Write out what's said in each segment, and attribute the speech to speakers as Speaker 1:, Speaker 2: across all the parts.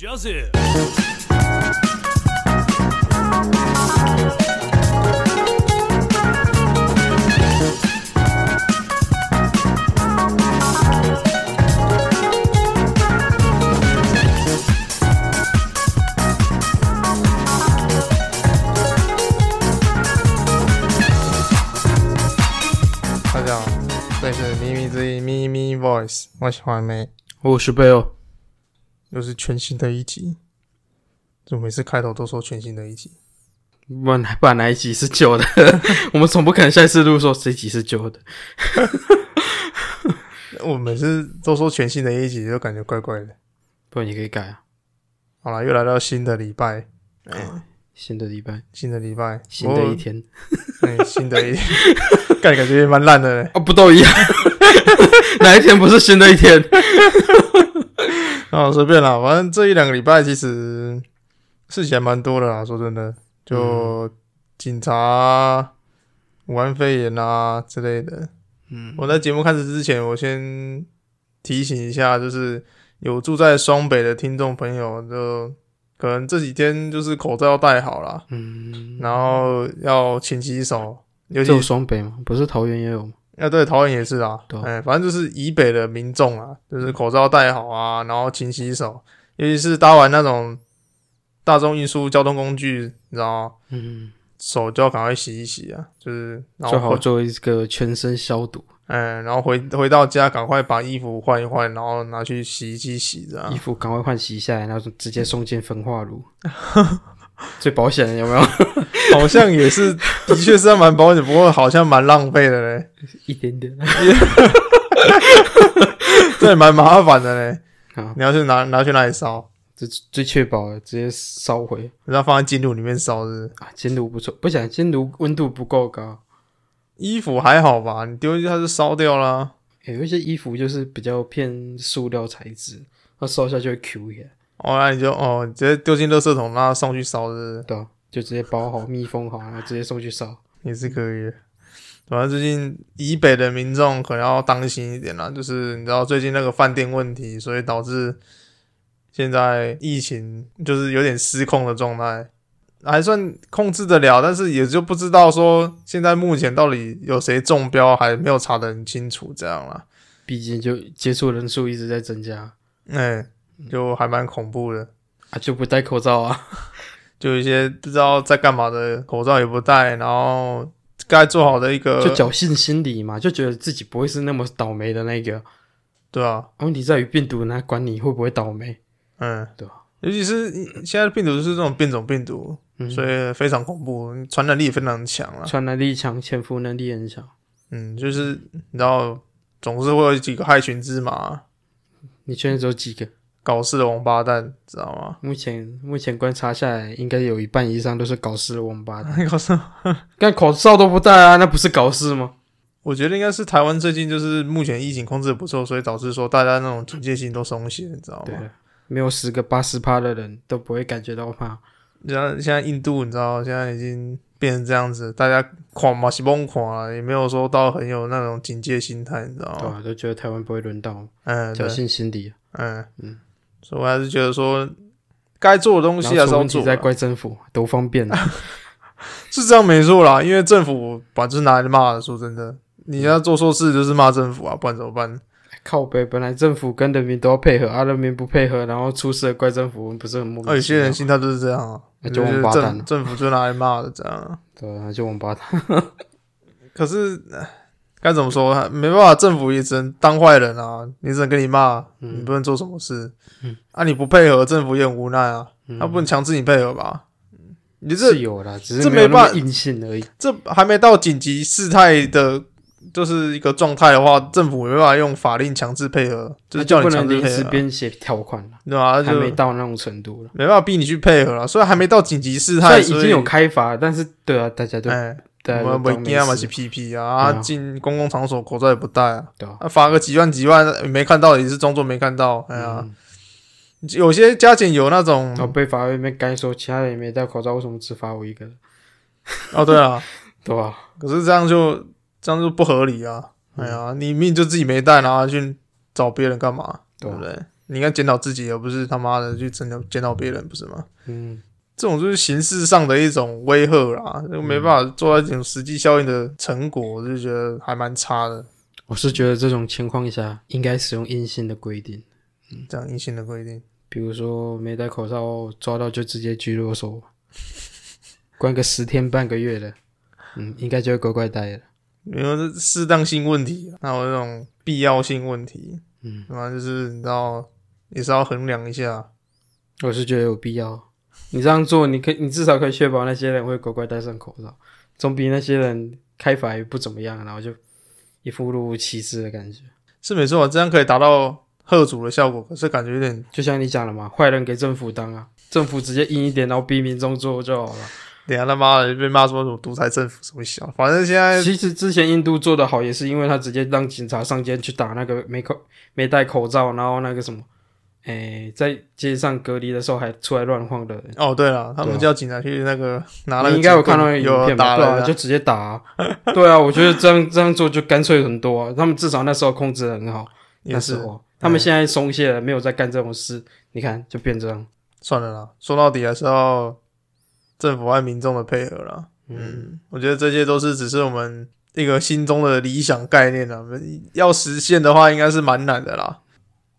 Speaker 1: Joseph，
Speaker 2: 大家好，这里是咪咪之音咪咪 Voice，我是怀妹，
Speaker 3: 我是贝欧，
Speaker 2: 又是全新的一集。就每次开头都说全新的一集，
Speaker 3: 本来本来一集是旧的， 我们总不可能下一次录说这一集是旧的。
Speaker 2: 我每次都说全新的一集，就感觉怪怪的。
Speaker 3: 不然你可以改啊，
Speaker 2: 好了，又来到新的礼拜，
Speaker 3: 新的礼拜，
Speaker 2: 新的礼拜，
Speaker 3: 新的一天
Speaker 2: 不过，哎、新的 一，感感觉也蛮烂的嘞。
Speaker 3: 啊，不都一样？ 哪一天不是新的一天？
Speaker 2: 啊，随便啦，反正这一两个礼拜其实事情还蛮多的啦。说真的，就
Speaker 3: 嗯
Speaker 2: 警察、武汉肺炎啊之类的。
Speaker 3: 嗯，
Speaker 2: 我在节目开始之前，我先提醒一下，就是有住在双北的听众朋友，就可能这几天就是口罩要戴好啦，
Speaker 3: 嗯，
Speaker 2: 然后要勤洗手，尤
Speaker 3: 只有
Speaker 2: 其
Speaker 3: 双北吗？不是桃园也有吗？
Speaker 2: 啊，对，桃园也是啊
Speaker 3: 对，啊
Speaker 2: 哎、反正就是以北的民众啊，就是口罩戴好啊，然后勤洗手，尤其是搭完那种大众运输交通工具，你知道吗
Speaker 3: 嗯，
Speaker 2: 手就要赶快洗一洗啊，就是然后
Speaker 3: 最好
Speaker 2: 回
Speaker 3: 做一个全身消毒，
Speaker 2: 嗯，然后回回到家，赶快把衣服换一换，然后拿去洗衣机洗着、啊
Speaker 3: 衣。服赶快换洗下来，然后直接送进焚化 炉，最保险的有没有？
Speaker 2: 好像也 是，的确是还蛮保险，不过好像蛮浪费的嘞，
Speaker 3: 一点点
Speaker 2: 这也蛮麻烦的嘞。
Speaker 3: 啊，
Speaker 2: 你要去拿拿去哪里烧？
Speaker 3: 这最确保了，直接烧毁
Speaker 2: 然后放在金炉里面烧是不是？
Speaker 3: 啊！煎炉不错，不想煎炉温度不够高。
Speaker 2: 衣服还好吧，你丢进去它就烧掉啊啦。
Speaker 3: 欸有一些衣服就是比较偏塑料材质，它烧一下就会 Q 起来，
Speaker 2: 哦，那你就哦，直接丢进垃圾桶，让它送去烧是不是？
Speaker 3: 对啊、就直接包好、密封好，然后直接送去烧。
Speaker 2: 也是可以的。反正最近以北的民众可能要当心一点啦，就是你知道最近那个饭店问题，所以导致现在疫情就是有点失控的状态，还算控制得了，但是也就不知道说现在目前到底有谁中标，还没有查得很清楚，这样啦，
Speaker 3: 毕竟就接触人数一直在增加
Speaker 2: 哎、就还蛮恐怖的。
Speaker 3: 啊，就不戴口罩啊，
Speaker 2: 就有一些不知道在干嘛的，口罩也不戴，然后该做好的一个，
Speaker 3: 就侥幸心理嘛，就觉得自己不会是那么倒霉的那个。
Speaker 2: 对啊，
Speaker 3: 啊问题在于病毒哪管你会不会倒霉？
Speaker 2: 嗯，
Speaker 3: 对啊吧
Speaker 2: 尤其是嗯现在的病毒是这种变种病毒，
Speaker 3: 嗯，
Speaker 2: 所以非常恐怖，传染力也非常强了。
Speaker 3: 传染力强，潜伏能力很强。
Speaker 2: 嗯，就是你知道，总是会有几个害群之马，
Speaker 3: 你圈子有几个？
Speaker 2: 搞事的王八蛋，知道吗？
Speaker 3: 目前目前观察下来，应该有一半以上都是搞事的王八蛋，
Speaker 2: 搞事，
Speaker 3: 但口罩都不戴啊，那不是搞事吗？
Speaker 2: 我觉得应该是台湾最近就是目前疫情控制得不错，所以导致说大家那种警戒心都松懈，你知道
Speaker 3: 对
Speaker 2: 吗？
Speaker 3: 啊，没有十个八十趴的人都不会感觉到怕。
Speaker 2: 然后现在印度，你知道现在已经变成这样子，大家狂嘛是崩狂啊，也没有说到很有那种警戒心态，你知道
Speaker 3: 对
Speaker 2: 吗？
Speaker 3: 啊，都觉得台湾不会轮到，
Speaker 2: 嗯，对
Speaker 3: 侥。幸心理啊。
Speaker 2: 嗯
Speaker 3: 嗯，
Speaker 2: 所以我还是觉得说，该做的东西还
Speaker 3: 然
Speaker 2: 是
Speaker 3: 后出
Speaker 2: 要
Speaker 3: 问题
Speaker 2: 做啊
Speaker 3: 在
Speaker 2: 啦，
Speaker 3: 怪政府，多方便啊！
Speaker 2: 是这样没错啦。因为政府把这拿来骂的，说真的，你
Speaker 3: 嗯
Speaker 2: 要做错事就是骂政府啊，不然怎么办？
Speaker 3: 靠北，本来政府跟人民都要配合，啊，人民不配合，然后出事了怪政府，我们不是很莫
Speaker 2: 而
Speaker 3: 名
Speaker 2: 哦有
Speaker 3: 其
Speaker 2: 些
Speaker 3: 妙
Speaker 2: 人？心态就是这样啊，
Speaker 3: 那
Speaker 2: 就
Speaker 3: 就是王八蛋
Speaker 2: 政
Speaker 3: 了
Speaker 2: 政府就拿来骂的这样啊。
Speaker 3: 对啊，就王八蛋。
Speaker 2: 可是唉该怎么说，啊没办法，政府也只能当坏人啊，你只能跟你骂，
Speaker 3: 嗯
Speaker 2: 你不能做什么事。
Speaker 3: 嗯
Speaker 2: 啊，你不配合，政府也很无奈啊，他不能
Speaker 3: 嗯
Speaker 2: 强制你配合吧？你这
Speaker 3: 是有啦，只
Speaker 2: 这
Speaker 3: 是有
Speaker 2: 没
Speaker 3: 那么
Speaker 2: 办
Speaker 3: 硬性而已。
Speaker 2: 这还没到紧急事态的，就是一个状态的话，政府没办法用法令强制配合，就是
Speaker 3: 那
Speaker 2: 叫
Speaker 3: 不
Speaker 2: 你
Speaker 3: 能
Speaker 2: 强制
Speaker 3: 临
Speaker 2: 配
Speaker 3: 时
Speaker 2: 合啊，
Speaker 3: 编写条款了，
Speaker 2: 对吧？
Speaker 3: 还
Speaker 2: 就
Speaker 3: 没到那种程度了。
Speaker 2: 没办法逼你去配合了，啊所以还没到紧急事
Speaker 3: 虽
Speaker 2: 态，
Speaker 3: 然已经有开发，但是对啊，大家
Speaker 2: 所
Speaker 3: 都
Speaker 2: 以哎，
Speaker 3: 大家
Speaker 2: 我
Speaker 3: 都
Speaker 2: 们没
Speaker 3: 当没
Speaker 2: 惊啊嘛
Speaker 3: 事
Speaker 2: 是屁屁啊，
Speaker 3: 对
Speaker 2: 啊
Speaker 3: 啊
Speaker 2: 进公共场所口罩也不戴啊，
Speaker 3: 对啊，
Speaker 2: 啊罚个几万几万没看到也是装作没看到，哎呀，
Speaker 3: 嗯，哦
Speaker 2: 有些家庭有那种
Speaker 3: 然后被法院那边干说，其他人也没戴口罩，为什么只罚我一个人？
Speaker 2: 哦对啊，
Speaker 3: 对吧？
Speaker 2: 可是这样就这样就
Speaker 3: 嗯
Speaker 2: 不合理啊，哎呀，你明明就自己没戴，然后还去找别人干嘛？对
Speaker 3: 对啊
Speaker 2: 不对？你应该检讨自己，而不是他妈的去检讨检讨别人，不是吗？
Speaker 3: 嗯，
Speaker 2: 这种就是形式上的一种威吓啦，就没办法做到一种实际效应的成果，我就觉得还蛮差的。
Speaker 3: 我是觉得这种情况下应该使用硬性的规定，
Speaker 2: 这样硬性的规定，
Speaker 3: 比如说没戴口罩抓到就直接拘留所，关个十天半个月的，嗯，应该就会乖乖待了。
Speaker 2: 因为这适当性问题，还有那种必要性问题，
Speaker 3: 嗯，
Speaker 2: 那么就是你知道也是要衡量一下。
Speaker 3: 我是觉得有必要。你这样做，你可以你至少可以确保那些人会乖乖戴上口罩，总比那些人开法也不怎么样，然后就一副若无其事的感觉。
Speaker 2: 是没错，这样可以达到贺主的效果，可是感觉有点
Speaker 3: 就像你讲的嘛，坏人给政府当啊，政府直接硬一点，然后逼民众做就好了。
Speaker 2: 等一下他妈的被骂说什么独裁政府什么小，反正现在
Speaker 3: 其实之前印度做的好，也是因为他直接让警察上街去打那个没口没戴口罩，然后那个什么，哎、在街上隔离的时候还出来乱晃的人。
Speaker 2: 哦对了，他
Speaker 3: 对
Speaker 2: 们
Speaker 3: 啊
Speaker 2: 叫警察去那个拿了，
Speaker 3: 你应该有看到影
Speaker 2: 有
Speaker 3: 片吧？
Speaker 2: 打
Speaker 3: 对
Speaker 2: 了
Speaker 3: 啊，
Speaker 2: 人
Speaker 3: 就直接打、啊。对啊，我觉得这样这样做就干脆很多啊。他们至少那时候控制的很好，
Speaker 2: 也
Speaker 3: 那
Speaker 2: 是
Speaker 3: 时候啊他们现在松懈了，没有再干这种事。你看，就变这样。
Speaker 2: 算了啦，说到底还是要政府和民众的配合啦。
Speaker 3: 嗯，
Speaker 2: 嗯，我觉得这些都是只是我们一个心中的理想概念啊，要实现的话应该是蛮难的啦。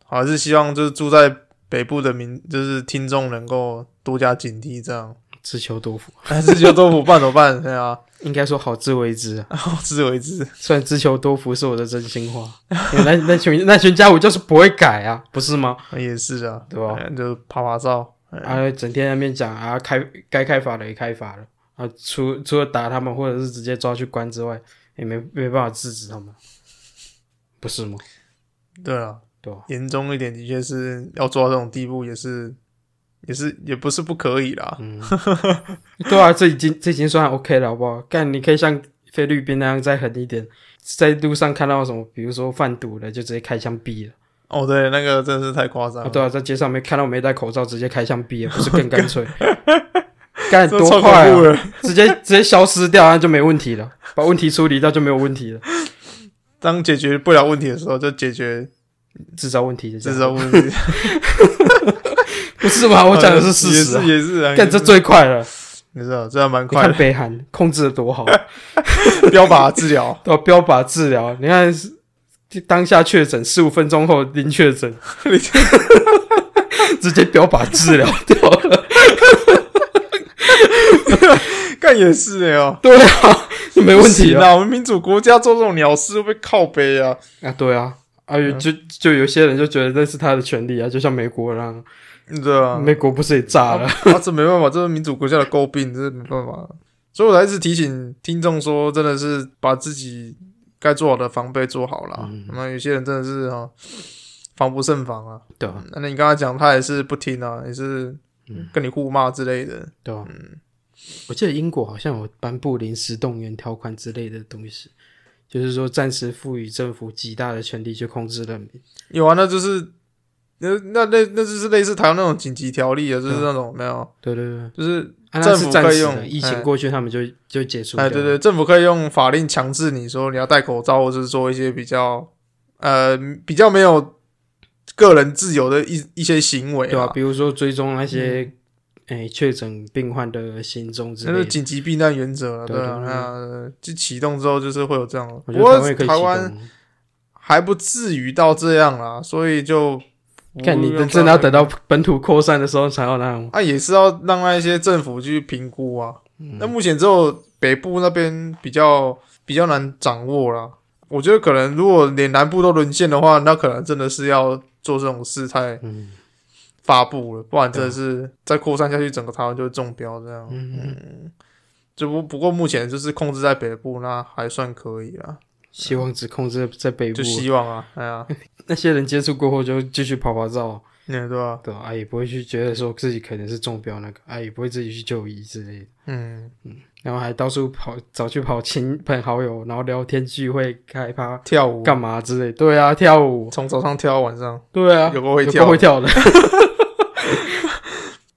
Speaker 2: 还是希望就是住在北部的民，就是听众能够多加警惕这 样。
Speaker 3: 自求多福，
Speaker 2: 但是就豆腐办怎么办？对啊，
Speaker 3: 应该说好自为之啊。
Speaker 2: 好自为之。
Speaker 3: 虽然自求多福是我的真心话，因为那那群那群家伙就是不会改啊，不是吗？
Speaker 2: 也是啊，
Speaker 3: 对吧
Speaker 2: 哎就爬爬照，哎
Speaker 3: 啊，整天在那边讲啊，开该开罚的也开罚了啊，除除了打他们或者是直接抓去关之外，也没没办法制止他们，不是 吗？
Speaker 2: 对啊，
Speaker 3: 对吧？
Speaker 2: 严重一点的确是要做到这种地步，也是，也是，也不是不可以啦。
Speaker 3: 嗯，对啊，这已经这已经算 OK 了，好不好？干，你可以像菲律宾那样再狠一点，在路上看到什么，比如说贩毒的，就直接开枪毙了。
Speaker 2: 哦，对，那个真是太夸张
Speaker 3: 啊，
Speaker 2: 了，
Speaker 3: 对啊，在街上没看到没戴口罩，直接开枪 毙了，不是更干脆？干
Speaker 2: 这
Speaker 3: 多
Speaker 2: 超
Speaker 3: 快
Speaker 2: 恐怖
Speaker 3: 啊！
Speaker 2: 了。
Speaker 3: 直接直接消失掉，那就没问题了。把问题处理掉就没有问题了，
Speaker 2: 当解决不了问题的时候，就解决
Speaker 3: 制造问题就
Speaker 2: 这
Speaker 3: 样
Speaker 2: 种问题。
Speaker 3: 不是吧？ 我讲的是事 实、啊，
Speaker 2: 也是也是啊，
Speaker 3: 干这最快了。
Speaker 2: 你知道，这还蛮
Speaker 3: 你
Speaker 2: 快
Speaker 3: 看
Speaker 2: 的，
Speaker 3: 北韩 控制的多好，
Speaker 2: 标靶治 疗，
Speaker 3: 到标靶治疗，你看当下确诊，十五分钟后零 确诊，直接标靶 治疗掉了。
Speaker 2: 干也是哎哦，
Speaker 3: 对啊，没问题
Speaker 2: 不行
Speaker 3: 啊。
Speaker 2: 啊，我们民主国家做这种鸟事会被靠背啊。嗯
Speaker 3: 啊，对啊，啊有就就有些人就觉得这是他的权利啊，就像美国那样，
Speaker 2: 你知道吗？
Speaker 3: 美国不是也炸 了？
Speaker 2: 啊，这没办法，这是民主国家的诟病，这没办法。所以我还是提醒听众说，真的是把自己该做好的防备做好了。
Speaker 3: 嗯
Speaker 2: 那么、有些人真的是啊，防不胜防啊。
Speaker 3: 对啊，
Speaker 2: 那你刚才讲他也是不听啊，也是
Speaker 3: 嗯
Speaker 2: 跟你互骂之类的。
Speaker 3: 对啊。
Speaker 2: 嗯，
Speaker 3: 我记得英国好像有颁布临时动员条款之类的东西，就是说暂时赋予政府极大的权力去控制人民。
Speaker 2: 有啊，那就是那那那那就是类似台湾那种紧急条例啊，就是
Speaker 3: 嗯
Speaker 2: 那种、没有，
Speaker 3: 对对对，
Speaker 2: 就是
Speaker 3: 啊、那
Speaker 2: 政
Speaker 3: 是
Speaker 2: 府
Speaker 3: 暂
Speaker 2: 可以
Speaker 3: 时
Speaker 2: 用
Speaker 3: 的，疫
Speaker 2: 哎
Speaker 3: 情过去他们就就解除掉
Speaker 2: 哎，
Speaker 3: 了。
Speaker 2: 对对，政府可以用法令强制你说你要戴口罩，或是做一些比较呃比较没有个人自由的一一些行为
Speaker 3: 对啊，
Speaker 2: 啊，
Speaker 3: 比如说追踪那些诶确诊病患的行踪之
Speaker 2: 那是
Speaker 3: 类的。
Speaker 2: 紧急避难原则了，
Speaker 3: 对
Speaker 2: 啊，
Speaker 3: 对对
Speaker 2: 那就启动之后就是会有这样的，
Speaker 3: 我
Speaker 2: 不过
Speaker 3: 觉得台湾也可以
Speaker 2: 台湾
Speaker 3: 启动。
Speaker 2: 还不至于到这样啦，所以就
Speaker 3: 看你
Speaker 2: 的
Speaker 3: 的真的要等到本土扩散的时候才要那样。
Speaker 2: 啊，也是要让那一些政府去评估啊。
Speaker 3: 嗯
Speaker 2: 那目前只有北部那边比较比较难掌握啦。我觉得可能如果连南部都沦陷的话，那可能真的是要做这种事态
Speaker 3: 嗯
Speaker 2: 发布了，不然真的是再扩散下去，整个台湾就会中标这样。
Speaker 3: 嗯嗯，
Speaker 2: 就不不过目前就是控制在北部，那还算可以啦，
Speaker 3: 希望只控制在北部
Speaker 2: 就，希望啊，哎 呀，
Speaker 3: 那些人接触过后就继续跑跑照。
Speaker 2: 嗯，对吧、
Speaker 3: 对啊，也不会去觉得说自己可能是中标那个，啊，也不会自己去就医之类的，
Speaker 2: 嗯，
Speaker 3: 然后还到处跑找去跑亲朋好友，然后聊天聚会、开趴、
Speaker 2: 跳舞
Speaker 3: 干嘛之类。对啊，跳舞，
Speaker 2: 从早上跳到晚上，
Speaker 3: 对啊，
Speaker 2: 有个会
Speaker 3: 有
Speaker 2: 跳
Speaker 3: 够会跳的，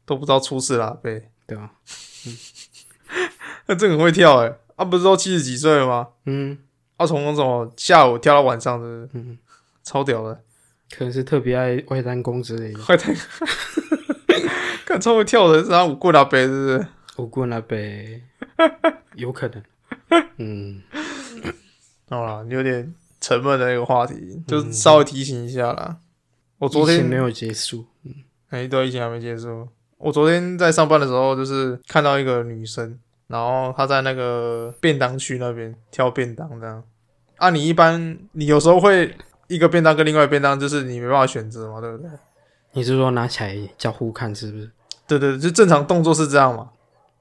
Speaker 2: 都不知道出事啦，呗，
Speaker 3: 对啊，
Speaker 2: 那这个很会跳哎、啊，不是都七十几岁了吗？
Speaker 3: 嗯
Speaker 2: 啊，从什么下午跳到晚上的，
Speaker 3: 嗯，
Speaker 2: 超屌的。
Speaker 3: 可能是特别爱外单工之类的。
Speaker 2: 快太， 看超会跳的是他五棍打北是不是？
Speaker 3: 我过 那呗，有可能。嗯，
Speaker 2: 好啦，有点沉闷的一个话题，就是稍微提醒一下啦。我昨
Speaker 3: 嗯疫
Speaker 2: 天
Speaker 3: 情没有结束。嗯
Speaker 2: 哎，对，疫情还没结束。我昨天在上班的时候，就是看到一个女生，然后她在那个便当区那边挑便当这样。啊，你一般你有时候会一个便当跟另外一个便当，就是你没办法选择嘛，对不对？
Speaker 3: 你是说拿起来交互看是不是？
Speaker 2: 对对，对就正常动作是这样嘛。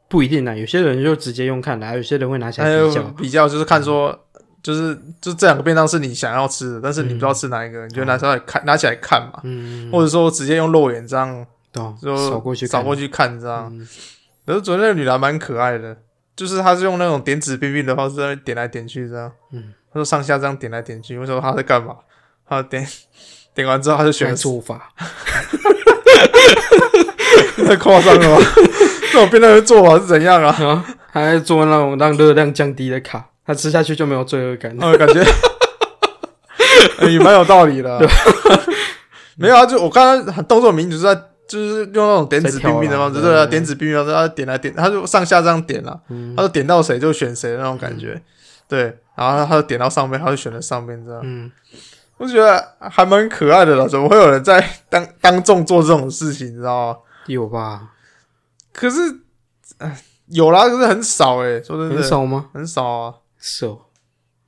Speaker 3: 不一定啊，有些人就直接用看的，还有些人会拿起
Speaker 2: 还
Speaker 3: 来
Speaker 2: 有
Speaker 3: 比较。
Speaker 2: 比较就是看说，就是就这两个便当是你想要吃的，但是你不知道吃哪一个，你就拿起来看，拿起来看嘛，
Speaker 3: 嗯，
Speaker 2: 或者说直接用肉眼这样
Speaker 3: 懂。
Speaker 2: 就
Speaker 3: 扫过去看，
Speaker 2: 扫过去看这样。
Speaker 3: 嗯
Speaker 2: 可是昨天那个女的还蛮可爱的，就是她是用那种点指兵兵的方式在那边点来点去这样。
Speaker 3: 嗯，
Speaker 2: 她说上下这样点来点去，我想说她在干嘛？她点点完之后，她就选
Speaker 3: 来
Speaker 2: 了，
Speaker 3: 做法。
Speaker 2: 太夸张了吧？ 这种变态的做法是怎样啊？
Speaker 3: 啊，还在做那种让热量降低的卡，他吃下去就没有罪恶 感。
Speaker 2: 我呃感觉哎也蛮有道理的啊。 没有啊，就我刚才动作明显就是在。就是用那种点指兵兵的方式，
Speaker 3: 在挑
Speaker 2: 对
Speaker 3: 啦
Speaker 2: 啊，点指兵兵的方式，她点来点，她就上下这样点啦、
Speaker 3: 嗯
Speaker 2: 她就点到谁就选谁的那种感觉，对，然后她就点到上面，她就选了上面这样，
Speaker 3: 嗯，
Speaker 2: 我觉得还蛮可爱的啦，怎么会有人在当 当众做这种事情，你知道吗？
Speaker 3: 有吧？
Speaker 2: 可是，唉有啦，可是很少诶、说真的，
Speaker 3: 很少吗？
Speaker 2: 很少啊。
Speaker 3: 是哦，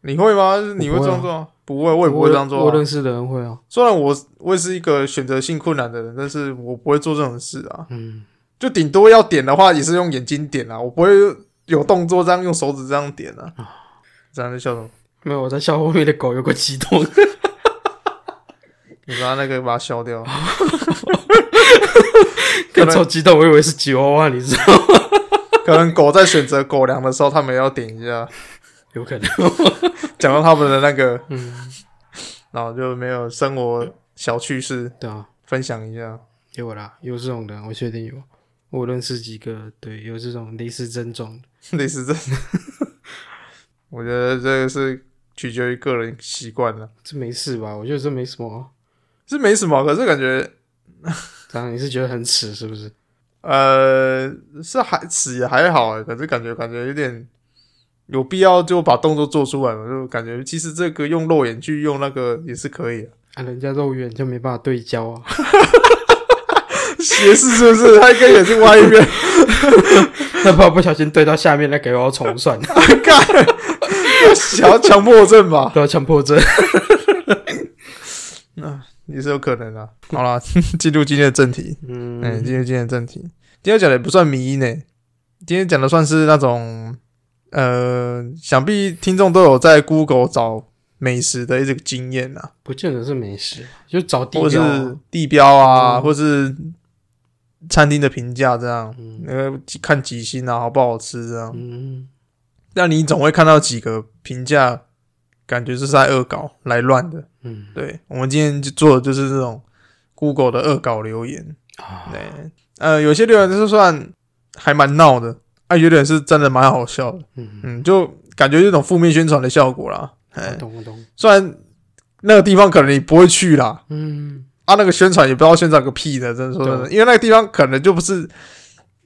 Speaker 2: 你会吗？就是你会
Speaker 3: 我不
Speaker 2: 这
Speaker 3: 会啊
Speaker 2: 样做吗？不会，我也不会这样做、
Speaker 3: 我
Speaker 2: 啊。
Speaker 3: 认识的人会哦。
Speaker 2: 虽然我我也是一个选择性困难的人，但是我不会做这种事啊。
Speaker 3: 嗯，
Speaker 2: 就顶多要点的话，也是用眼睛点啊，我不会有动作这样用手指这样点啊。这样就笑什么？
Speaker 3: 没有，我在笑后面的狗有个激动。
Speaker 2: 你把它那个把它消掉。
Speaker 3: 更超激动，我以为是吉娃娃，你知道？
Speaker 2: 可能狗在选择狗粮的时候，它们也要点一下。
Speaker 3: 有可 能。
Speaker 2: 讲到他们的那个，
Speaker 3: 嗯，
Speaker 2: 然后就没有生活小趣事
Speaker 3: 对啊，
Speaker 2: 分享一下。
Speaker 3: 有啦，有这种人，我确定有。我认识几个，对，有这种类似症状的。
Speaker 2: 类似这， 我觉得这个是取决于个人习惯了，
Speaker 3: 这没事吧？我觉得这没什么。啊
Speaker 2: 是没什么，可是感觉
Speaker 3: 当然，你是觉得很耻是不是？
Speaker 2: 呃是还死也还好欸，可是感觉感觉有点有必要就把动作做出来嘛，就感觉其实这个用肉眼去用那个也是可以 的，
Speaker 3: 啊，人家肉眼就没办法对焦啊。
Speaker 2: 斜视是不是？他应该也是歪一 边，
Speaker 3: 那怕不小心对到下面那个，我要重算，
Speaker 2: 干，想要强迫症吧？
Speaker 3: 都要强迫症。
Speaker 2: 也是有可能啊。 好啦，进入今天的正题，
Speaker 3: 嗯，
Speaker 2: 嗯，进入今天的正题。今天讲的也不算迷因呢、欸今天讲的算是那种，呃，想必听众都有在 Google 找美食的一个经验啊，
Speaker 3: 不见得是美食，就找地
Speaker 2: 或
Speaker 3: 标啊。
Speaker 2: 是地标啊，
Speaker 3: 嗯
Speaker 2: 或是餐厅的评价这样，
Speaker 3: 嗯
Speaker 2: 那个看几星啊，好不好吃这样。
Speaker 3: 嗯，
Speaker 2: 那你总会看到几个评价，感觉是在恶搞来乱的。
Speaker 3: 嗯
Speaker 2: 对，我们今天就做的就是这种 Google 的恶搞留言。
Speaker 3: 啊，
Speaker 2: 对，呃，有些留言就是算还蛮闹的，啊，有点是真的蛮好笑的，
Speaker 3: 嗯，
Speaker 2: 嗯，就感觉有一种负面宣传的效果啦。
Speaker 3: 我
Speaker 2: 哎，
Speaker 3: 懂我懂，
Speaker 2: 虽然那个地方可能你不会去啦，
Speaker 3: 嗯，
Speaker 2: 啊，那个宣传也不知道宣传个屁的，真的说真的，
Speaker 3: 对
Speaker 2: 因为那个地方可能就不是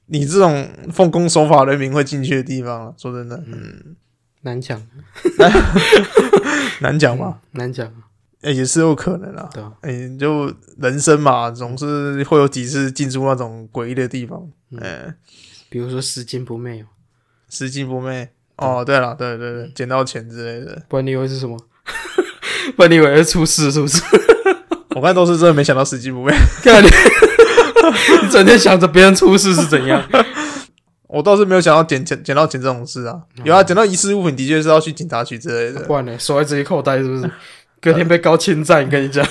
Speaker 2: 你这种奉公守法人民会进去的地方了。说真的，嗯，
Speaker 3: 难讲，
Speaker 2: 难讲吧，
Speaker 3: 难讲，
Speaker 2: 哎也是有可能啦。
Speaker 3: 对啊，
Speaker 2: 哎、就人生嘛，总是会有几次进出那种诡异的地方。
Speaker 3: 嗯
Speaker 2: 哎、
Speaker 3: 比如说拾金不昧哦，
Speaker 2: 拾金不昧。哦，对了，对对对，捡到钱之类的，
Speaker 3: 不然你以为是什么？ 不然你以为是出事是不 是？
Speaker 2: 我看都是真的没想到拾金不昧。
Speaker 3: 看你， 你整天想着别人出事是怎 样？
Speaker 2: 我倒是没有想到捡捡捡到钱这种事啊。有啊，捡到遗失物品的确是要去警察局之类的
Speaker 3: 不，然呢？手在自己口袋是不 是？隔天被高侵占，跟你讲，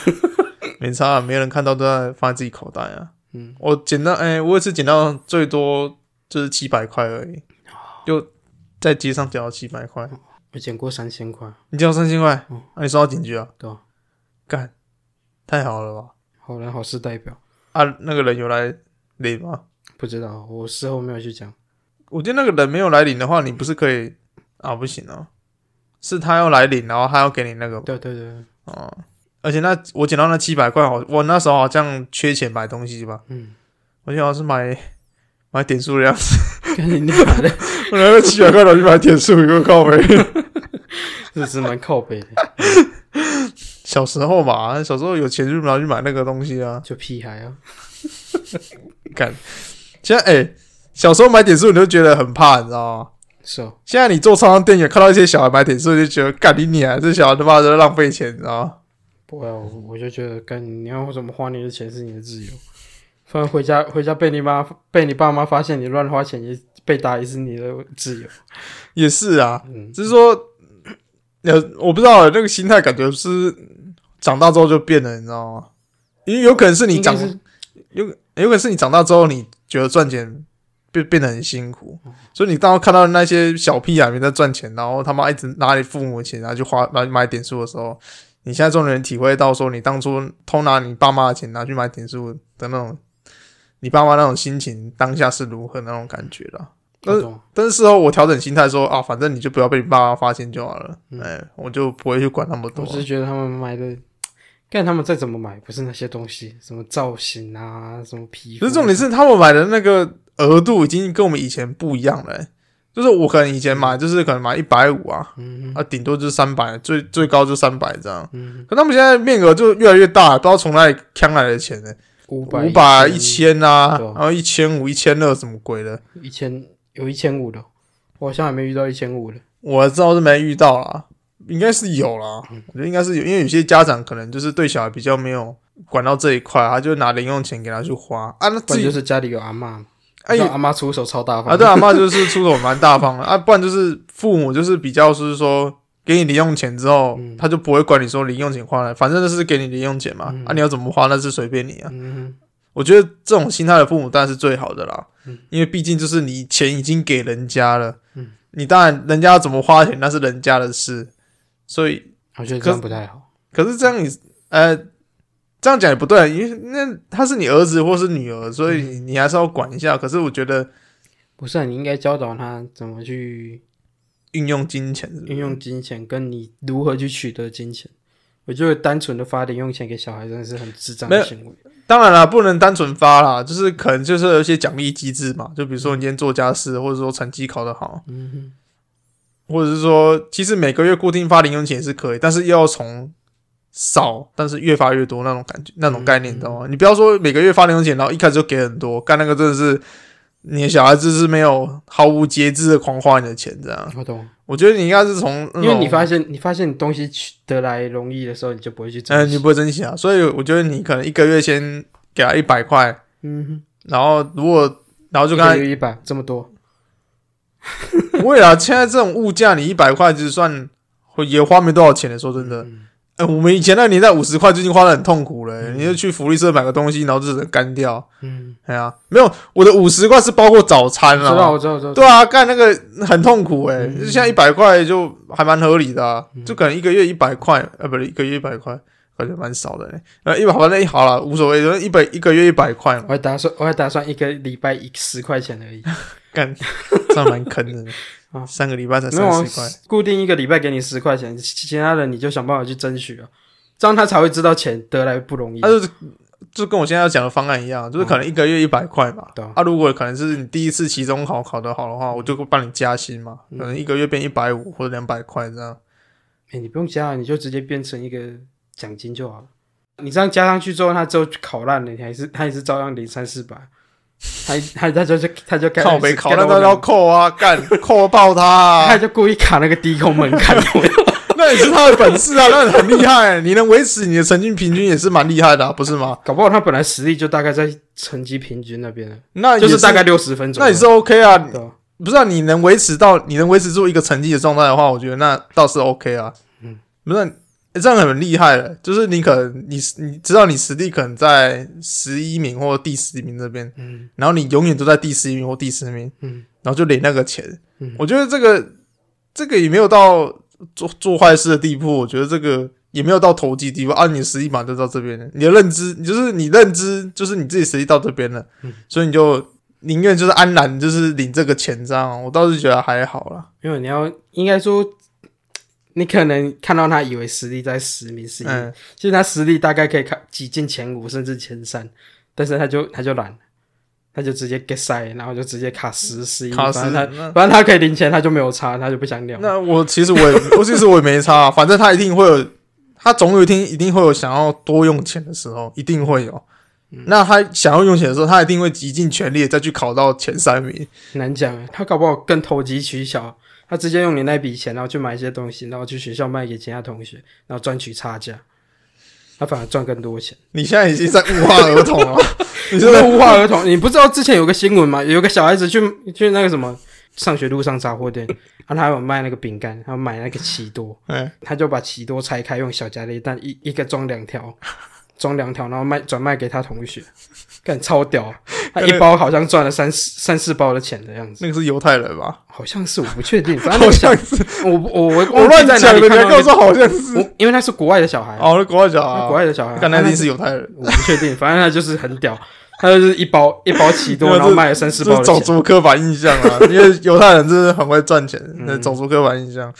Speaker 2: 没差、啊，没人看到都在放在自己口袋啊。
Speaker 3: 嗯，
Speaker 2: 我捡到，哎、我有一次捡到最多就是七百块而已，
Speaker 3: 哦
Speaker 2: 就在街上捡到七百块。
Speaker 3: 我捡过三千块，
Speaker 2: 你捡到三千块，
Speaker 3: 嗯
Speaker 2: 那、你送到警局啊？
Speaker 3: 对啊，
Speaker 2: 干，太好了吧？
Speaker 3: 好人好事代表，
Speaker 2: 啊，那个人有来领吗？
Speaker 3: 不知道，我事后没有去讲，
Speaker 2: 我觉得那个人没有来领的话，你不是可以啊？不行哦，是他要来领，然后他要给你那个
Speaker 3: 对对对，
Speaker 2: 哦。而而且那我捡到那七百块，好，我那时候好像缺钱买东西吧，
Speaker 3: 嗯，
Speaker 2: 我记得好像是买 买点数的样子，
Speaker 3: 看你娘的，
Speaker 2: 我拿那七百块拿去买点数，我靠没。
Speaker 3: 这 是蛮靠北的，
Speaker 2: 小时候嘛，小时候有钱就拿去买那个东西啊。
Speaker 3: 就屁孩啊，
Speaker 2: 看，现在哎、小时候买点数你就觉得很怕，你知道吗？
Speaker 3: 是哦，
Speaker 2: 现在你做超商店也看到一些小孩买点数，就觉得干你娘，这小孩他妈的浪费钱，你知道吗？
Speaker 3: 不要，我我就觉得干你要怎么花你的钱是你的自由，反正回家回家被你妈被你爸妈发现你乱花钱也被打也是你的自由，
Speaker 2: 也是啊，
Speaker 3: 嗯，
Speaker 2: 只是说，呃，我不知道那个心态感觉是长大之后就变了，你知道吗？因为有可能是你
Speaker 3: 应该
Speaker 2: 长，
Speaker 3: 是
Speaker 2: 有有可能是你长大之后，你觉得赚钱变变得很辛苦，所以你当看到那些小屁孩们在赚钱，然后他妈一直拿你父母的钱，然后去花，拿去买点数的时候，你现在终于能体会到说，你当初偷拿你爸妈的钱拿去买点数的那种，你爸妈那种心情当下是如何那种感觉啦。
Speaker 3: 我懂，
Speaker 2: 但是事后我调整心态说啊，反正你就不要被你爸妈发现就好了，哎、
Speaker 3: 嗯
Speaker 2: 我就不会去管那么多
Speaker 3: 我。只是觉得他们买的，看他们再怎么买，不是那些东西，什么造型啊，什么皮肤，
Speaker 2: 可是重点是他们买的那个呃额度已经跟我们以前不一样了、哎就是我可能以前买就是可能买一百五啊，
Speaker 3: 嗯，
Speaker 2: 啊顶多就是三百，最最高就三百这样。
Speaker 3: 嗯
Speaker 2: 可他们现在面额就越来越大，不知道从哪里抢来的钱呢、
Speaker 3: 五百
Speaker 2: 五百、一
Speaker 3: 千
Speaker 2: 千啊，
Speaker 3: 对啊
Speaker 2: 然后一千五、一千二什么鬼的，
Speaker 3: 一千有一千五的，我好像还没遇到一千五的。
Speaker 2: 我知道是没遇到啦，应该是有啦，
Speaker 3: 嗯
Speaker 2: 我觉得应该是有，因为有些家长可能就是对小孩比较没有管到这一块，他就拿零用钱给他去花啊，那自
Speaker 3: 不然就
Speaker 2: 己
Speaker 3: 是家里有阿妈，
Speaker 2: 哎
Speaker 3: 你知道阿妈出手超大方，
Speaker 2: 啊，对阿妈就是出手蛮大方的啊，不然就是父母就是比较是说给你零用钱之后，
Speaker 3: 嗯
Speaker 2: 他就不会管你说零用钱花了，反正就是给你零用钱嘛，
Speaker 3: 嗯
Speaker 2: 啊，你要怎么花那是随便你啊。
Speaker 3: 嗯
Speaker 2: 我觉得这种心态的父母当然是最好的啦，
Speaker 3: 嗯
Speaker 2: 因为毕竟就是你钱已经给人家了，
Speaker 3: 嗯
Speaker 2: 你当然人家要怎么花钱那是人家的事，所以。
Speaker 3: 我觉得
Speaker 2: 可
Speaker 3: 这样
Speaker 2: 是
Speaker 3: 不太好。
Speaker 2: 可是这样你呃，这样讲也不对，啊因为那他是你儿子或是女儿，所以你
Speaker 3: 嗯
Speaker 2: 你还是要管一下。可是我觉得
Speaker 3: 不是、啊，你应该教导他怎么去
Speaker 2: 运用金钱是不是
Speaker 3: 运用金钱，跟你如何去取得金钱。我觉得单纯的发零用钱给小孩真的是很智障
Speaker 2: 没
Speaker 3: 的
Speaker 2: 有
Speaker 3: 行为。
Speaker 2: 当然啦，不能单纯发啦，就是可能就是有一些奖励机制嘛，就比如说你今天做家事，或者说成绩考得好，
Speaker 3: 嗯哼，
Speaker 2: 或者是说其实每个月固定发零用钱也是可以，但是又要从。少，但是越发越多那种感觉，那种概念，
Speaker 3: 嗯
Speaker 2: 你知道吗？你不要说每个月发零用钱，然后一开始就给很多，干那个真的是你的小孩子是没有毫无节制的狂花你的钱，这样。
Speaker 3: 我懂。
Speaker 2: 我觉得你应该是从那
Speaker 3: 因为你
Speaker 2: 种
Speaker 3: 发现你发现你东西取得来容易的时候，你就不会去
Speaker 2: 嗯、
Speaker 3: 珍惜。
Speaker 2: 你不会珍惜啊，所以我觉得你可能一个月先给他一百块，
Speaker 3: 嗯哼，
Speaker 2: 然后如果然后就
Speaker 3: 一
Speaker 2: 跟
Speaker 3: 个
Speaker 2: 他
Speaker 3: 月一百这么多，
Speaker 2: 不会啦，现在这种物价，你一百块就算也花没多少钱的，说真的。
Speaker 3: 嗯
Speaker 2: 哎、我们以前那个年代五十块就已经花的很痛苦了、你就去福利社买个东西，然后就只能干掉。
Speaker 3: 嗯，
Speaker 2: 哎呀、没有我的五十块是包括早餐
Speaker 3: 知道
Speaker 2: 啦。
Speaker 3: 我知道我知道。
Speaker 2: 对啊，干那个很痛苦哎、
Speaker 3: 嗯
Speaker 2: 现在一百块就还蛮合理的、啊，
Speaker 3: 嗯
Speaker 2: 就可能一个月一百块，呃，不是一个月一百块，感觉蛮少的、欸。呃，一百反正好了，无所谓，一百一个月一百块嘛
Speaker 3: 我，还打算我还打算一个礼拜一十块钱而已，
Speaker 2: 干这样蛮坑的
Speaker 3: 啊，
Speaker 2: 三个礼拜才
Speaker 3: 没有啊
Speaker 2: 三十块。
Speaker 3: 固定一个礼拜给你十块钱，其其他的你就想办法去争取啊，这样他才会知道钱得来不容易。
Speaker 2: 他就是就跟我现在要讲的方案一样，就是可能一个月一百块嘛。
Speaker 3: 对啊
Speaker 2: 嗯啊，如嗯果可能是你第一次期中考考得好的话，我就会帮你加薪嘛，可
Speaker 3: 嗯
Speaker 2: 能一个月变一百五或者两百块这样。
Speaker 3: 哎，你不用加，你就直接变成一个奖金就好了。你这样加上去之后，他之后考烂了，你还是他也是照样领三四百，他他他就他就开
Speaker 2: 靠北考那
Speaker 3: 到
Speaker 2: 都要扣啊， 干扣爆他啊！
Speaker 3: 他就故意卡那个低空门槛，
Speaker 2: 那也是他的本事啊，那很厉害、你能维持你的成绩平均也是蛮厉害的、啊，不是吗？
Speaker 3: 搞不好他本来实力就大概在成绩平均那边了，
Speaker 2: 那也
Speaker 3: 就是是大概，六十分左右。
Speaker 2: 那也是 OK 啊，
Speaker 3: 对吧？
Speaker 2: 不是啊？你能维持到你能维持住一个成绩的状态的话，我觉得那倒是 OK 啊。
Speaker 3: 嗯，
Speaker 2: 不是啊、欸这样很厉害了，就是你可能你你知道你实力可能在十一名或第十名这边，
Speaker 3: 嗯
Speaker 2: 然后你永远都在第十一名或第十名，
Speaker 3: 嗯，
Speaker 2: 然后就领那个钱。
Speaker 3: 嗯
Speaker 2: 我觉得这个这个也没有到做做坏事的地步，我觉得这个也没有到投机地步啊。你的实力嘛就到这边了，你的认知就是你认知就是你自己实力到这边了，
Speaker 3: 嗯
Speaker 2: 所以你就宁愿就是安然就是领这个钱这样，我倒是觉得还好啦。
Speaker 3: 因为你要应该说，你可能看到他以为实力在十名、十一名，
Speaker 2: 嗯，
Speaker 3: 其实他实力大概可以看挤进前五甚至前三，但是他就他就懒，他就直接 get 塞，然后就直接卡十、十一，
Speaker 2: 卡
Speaker 3: 反
Speaker 2: 斯
Speaker 3: 正他
Speaker 2: 那
Speaker 3: 反正他可以零钱，他就没有差，他就不想鸟。
Speaker 2: 那我其实我也 我其实我也没差、反正他一定会有，他总有一天一定会有想要多用钱的时候，一定会有。那他想要用钱的时候，他一定会极尽全力地再去考到前三名。
Speaker 3: 很难讲欸，他搞不好更投机取巧，他直接用你那笔钱，然后去买一些东西，然后去学校卖给其他同学，然后赚取差价，他反而赚更多钱。
Speaker 2: 你现在已经在物化儿童 了，你
Speaker 3: 你
Speaker 2: 是
Speaker 3: 是
Speaker 2: 在
Speaker 3: 无话儿童？你不知道之前有个新闻吗？有个小孩子去去那个什么上学路上杂货店，然后他有卖那个饼干，他有买那个奇多，
Speaker 2: 哎，
Speaker 3: 他就把奇多拆开，用小夹裂蛋一一个装两条，装两条，然后卖转卖给他同学，干超屌！他一包好像赚了三四三四包的钱的样子，
Speaker 2: 那个是犹太人吧？
Speaker 3: 好像是我不 确定，反正
Speaker 2: 好
Speaker 3: 我想
Speaker 2: 像是，
Speaker 3: 我我我
Speaker 2: 啊我乱讲的，你还
Speaker 3: 跟
Speaker 2: 跟我说好像是。
Speaker 3: 我因为他是国外的小孩，
Speaker 2: 哦，那国外讲
Speaker 3: 他
Speaker 2: 啊
Speaker 3: 国，外的小孩，
Speaker 2: 看那一
Speaker 3: 他
Speaker 2: 定是犹太人，
Speaker 3: 我不确定，反正他就是很屌，他就是 一包一包奇多，
Speaker 2: 没有
Speaker 3: 然后
Speaker 2: 这
Speaker 3: 卖了三四
Speaker 2: 这
Speaker 3: 包
Speaker 2: 是
Speaker 3: 的
Speaker 2: 种
Speaker 3: 钱。
Speaker 2: 族刻板印象 啊，因为犹太人真的很会赚钱，
Speaker 3: 嗯
Speaker 2: 那种族刻板印象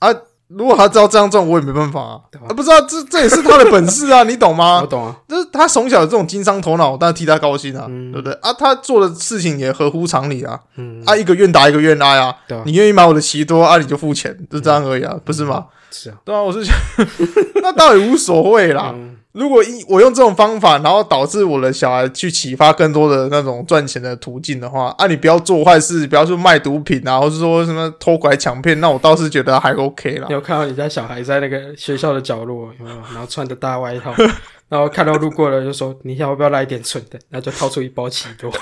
Speaker 2: 啊。如果他知道这样赚，我也没办法啊！
Speaker 3: 对吧
Speaker 2: 啊不知道、这这也是他的本事 啊，你懂
Speaker 3: 我
Speaker 2: 吗？
Speaker 3: 懂啊，
Speaker 2: 就是他从小有这种经商头脑，但替他高兴啊，
Speaker 3: 嗯
Speaker 2: 对不对？啊，他做的事情也合乎常理啊，
Speaker 3: 嗯，
Speaker 2: 啊，一个愿打一个愿挨啊，
Speaker 3: 对啊，嗯
Speaker 2: 你愿意买我的奇多啊，你就付钱，就这样而已啊，不是吗？
Speaker 3: 是啊，
Speaker 2: 对啊，我是觉得 那倒也无所谓啦。
Speaker 3: 嗯
Speaker 2: 如果一我用这种方法，然后导致我的小孩去启发更多的那种赚钱的途径的话，啊，你不要做坏事，不要去卖毒品啊，或是说什么偷拐抢骗，那我倒是觉得还 OK 啦
Speaker 3: 你。有看到你家小孩在那个学校的角落，有没有？然后穿着大外套， 然后看到路过了就说：“你要不要来一点蠢的？”然后就掏出一包奇多，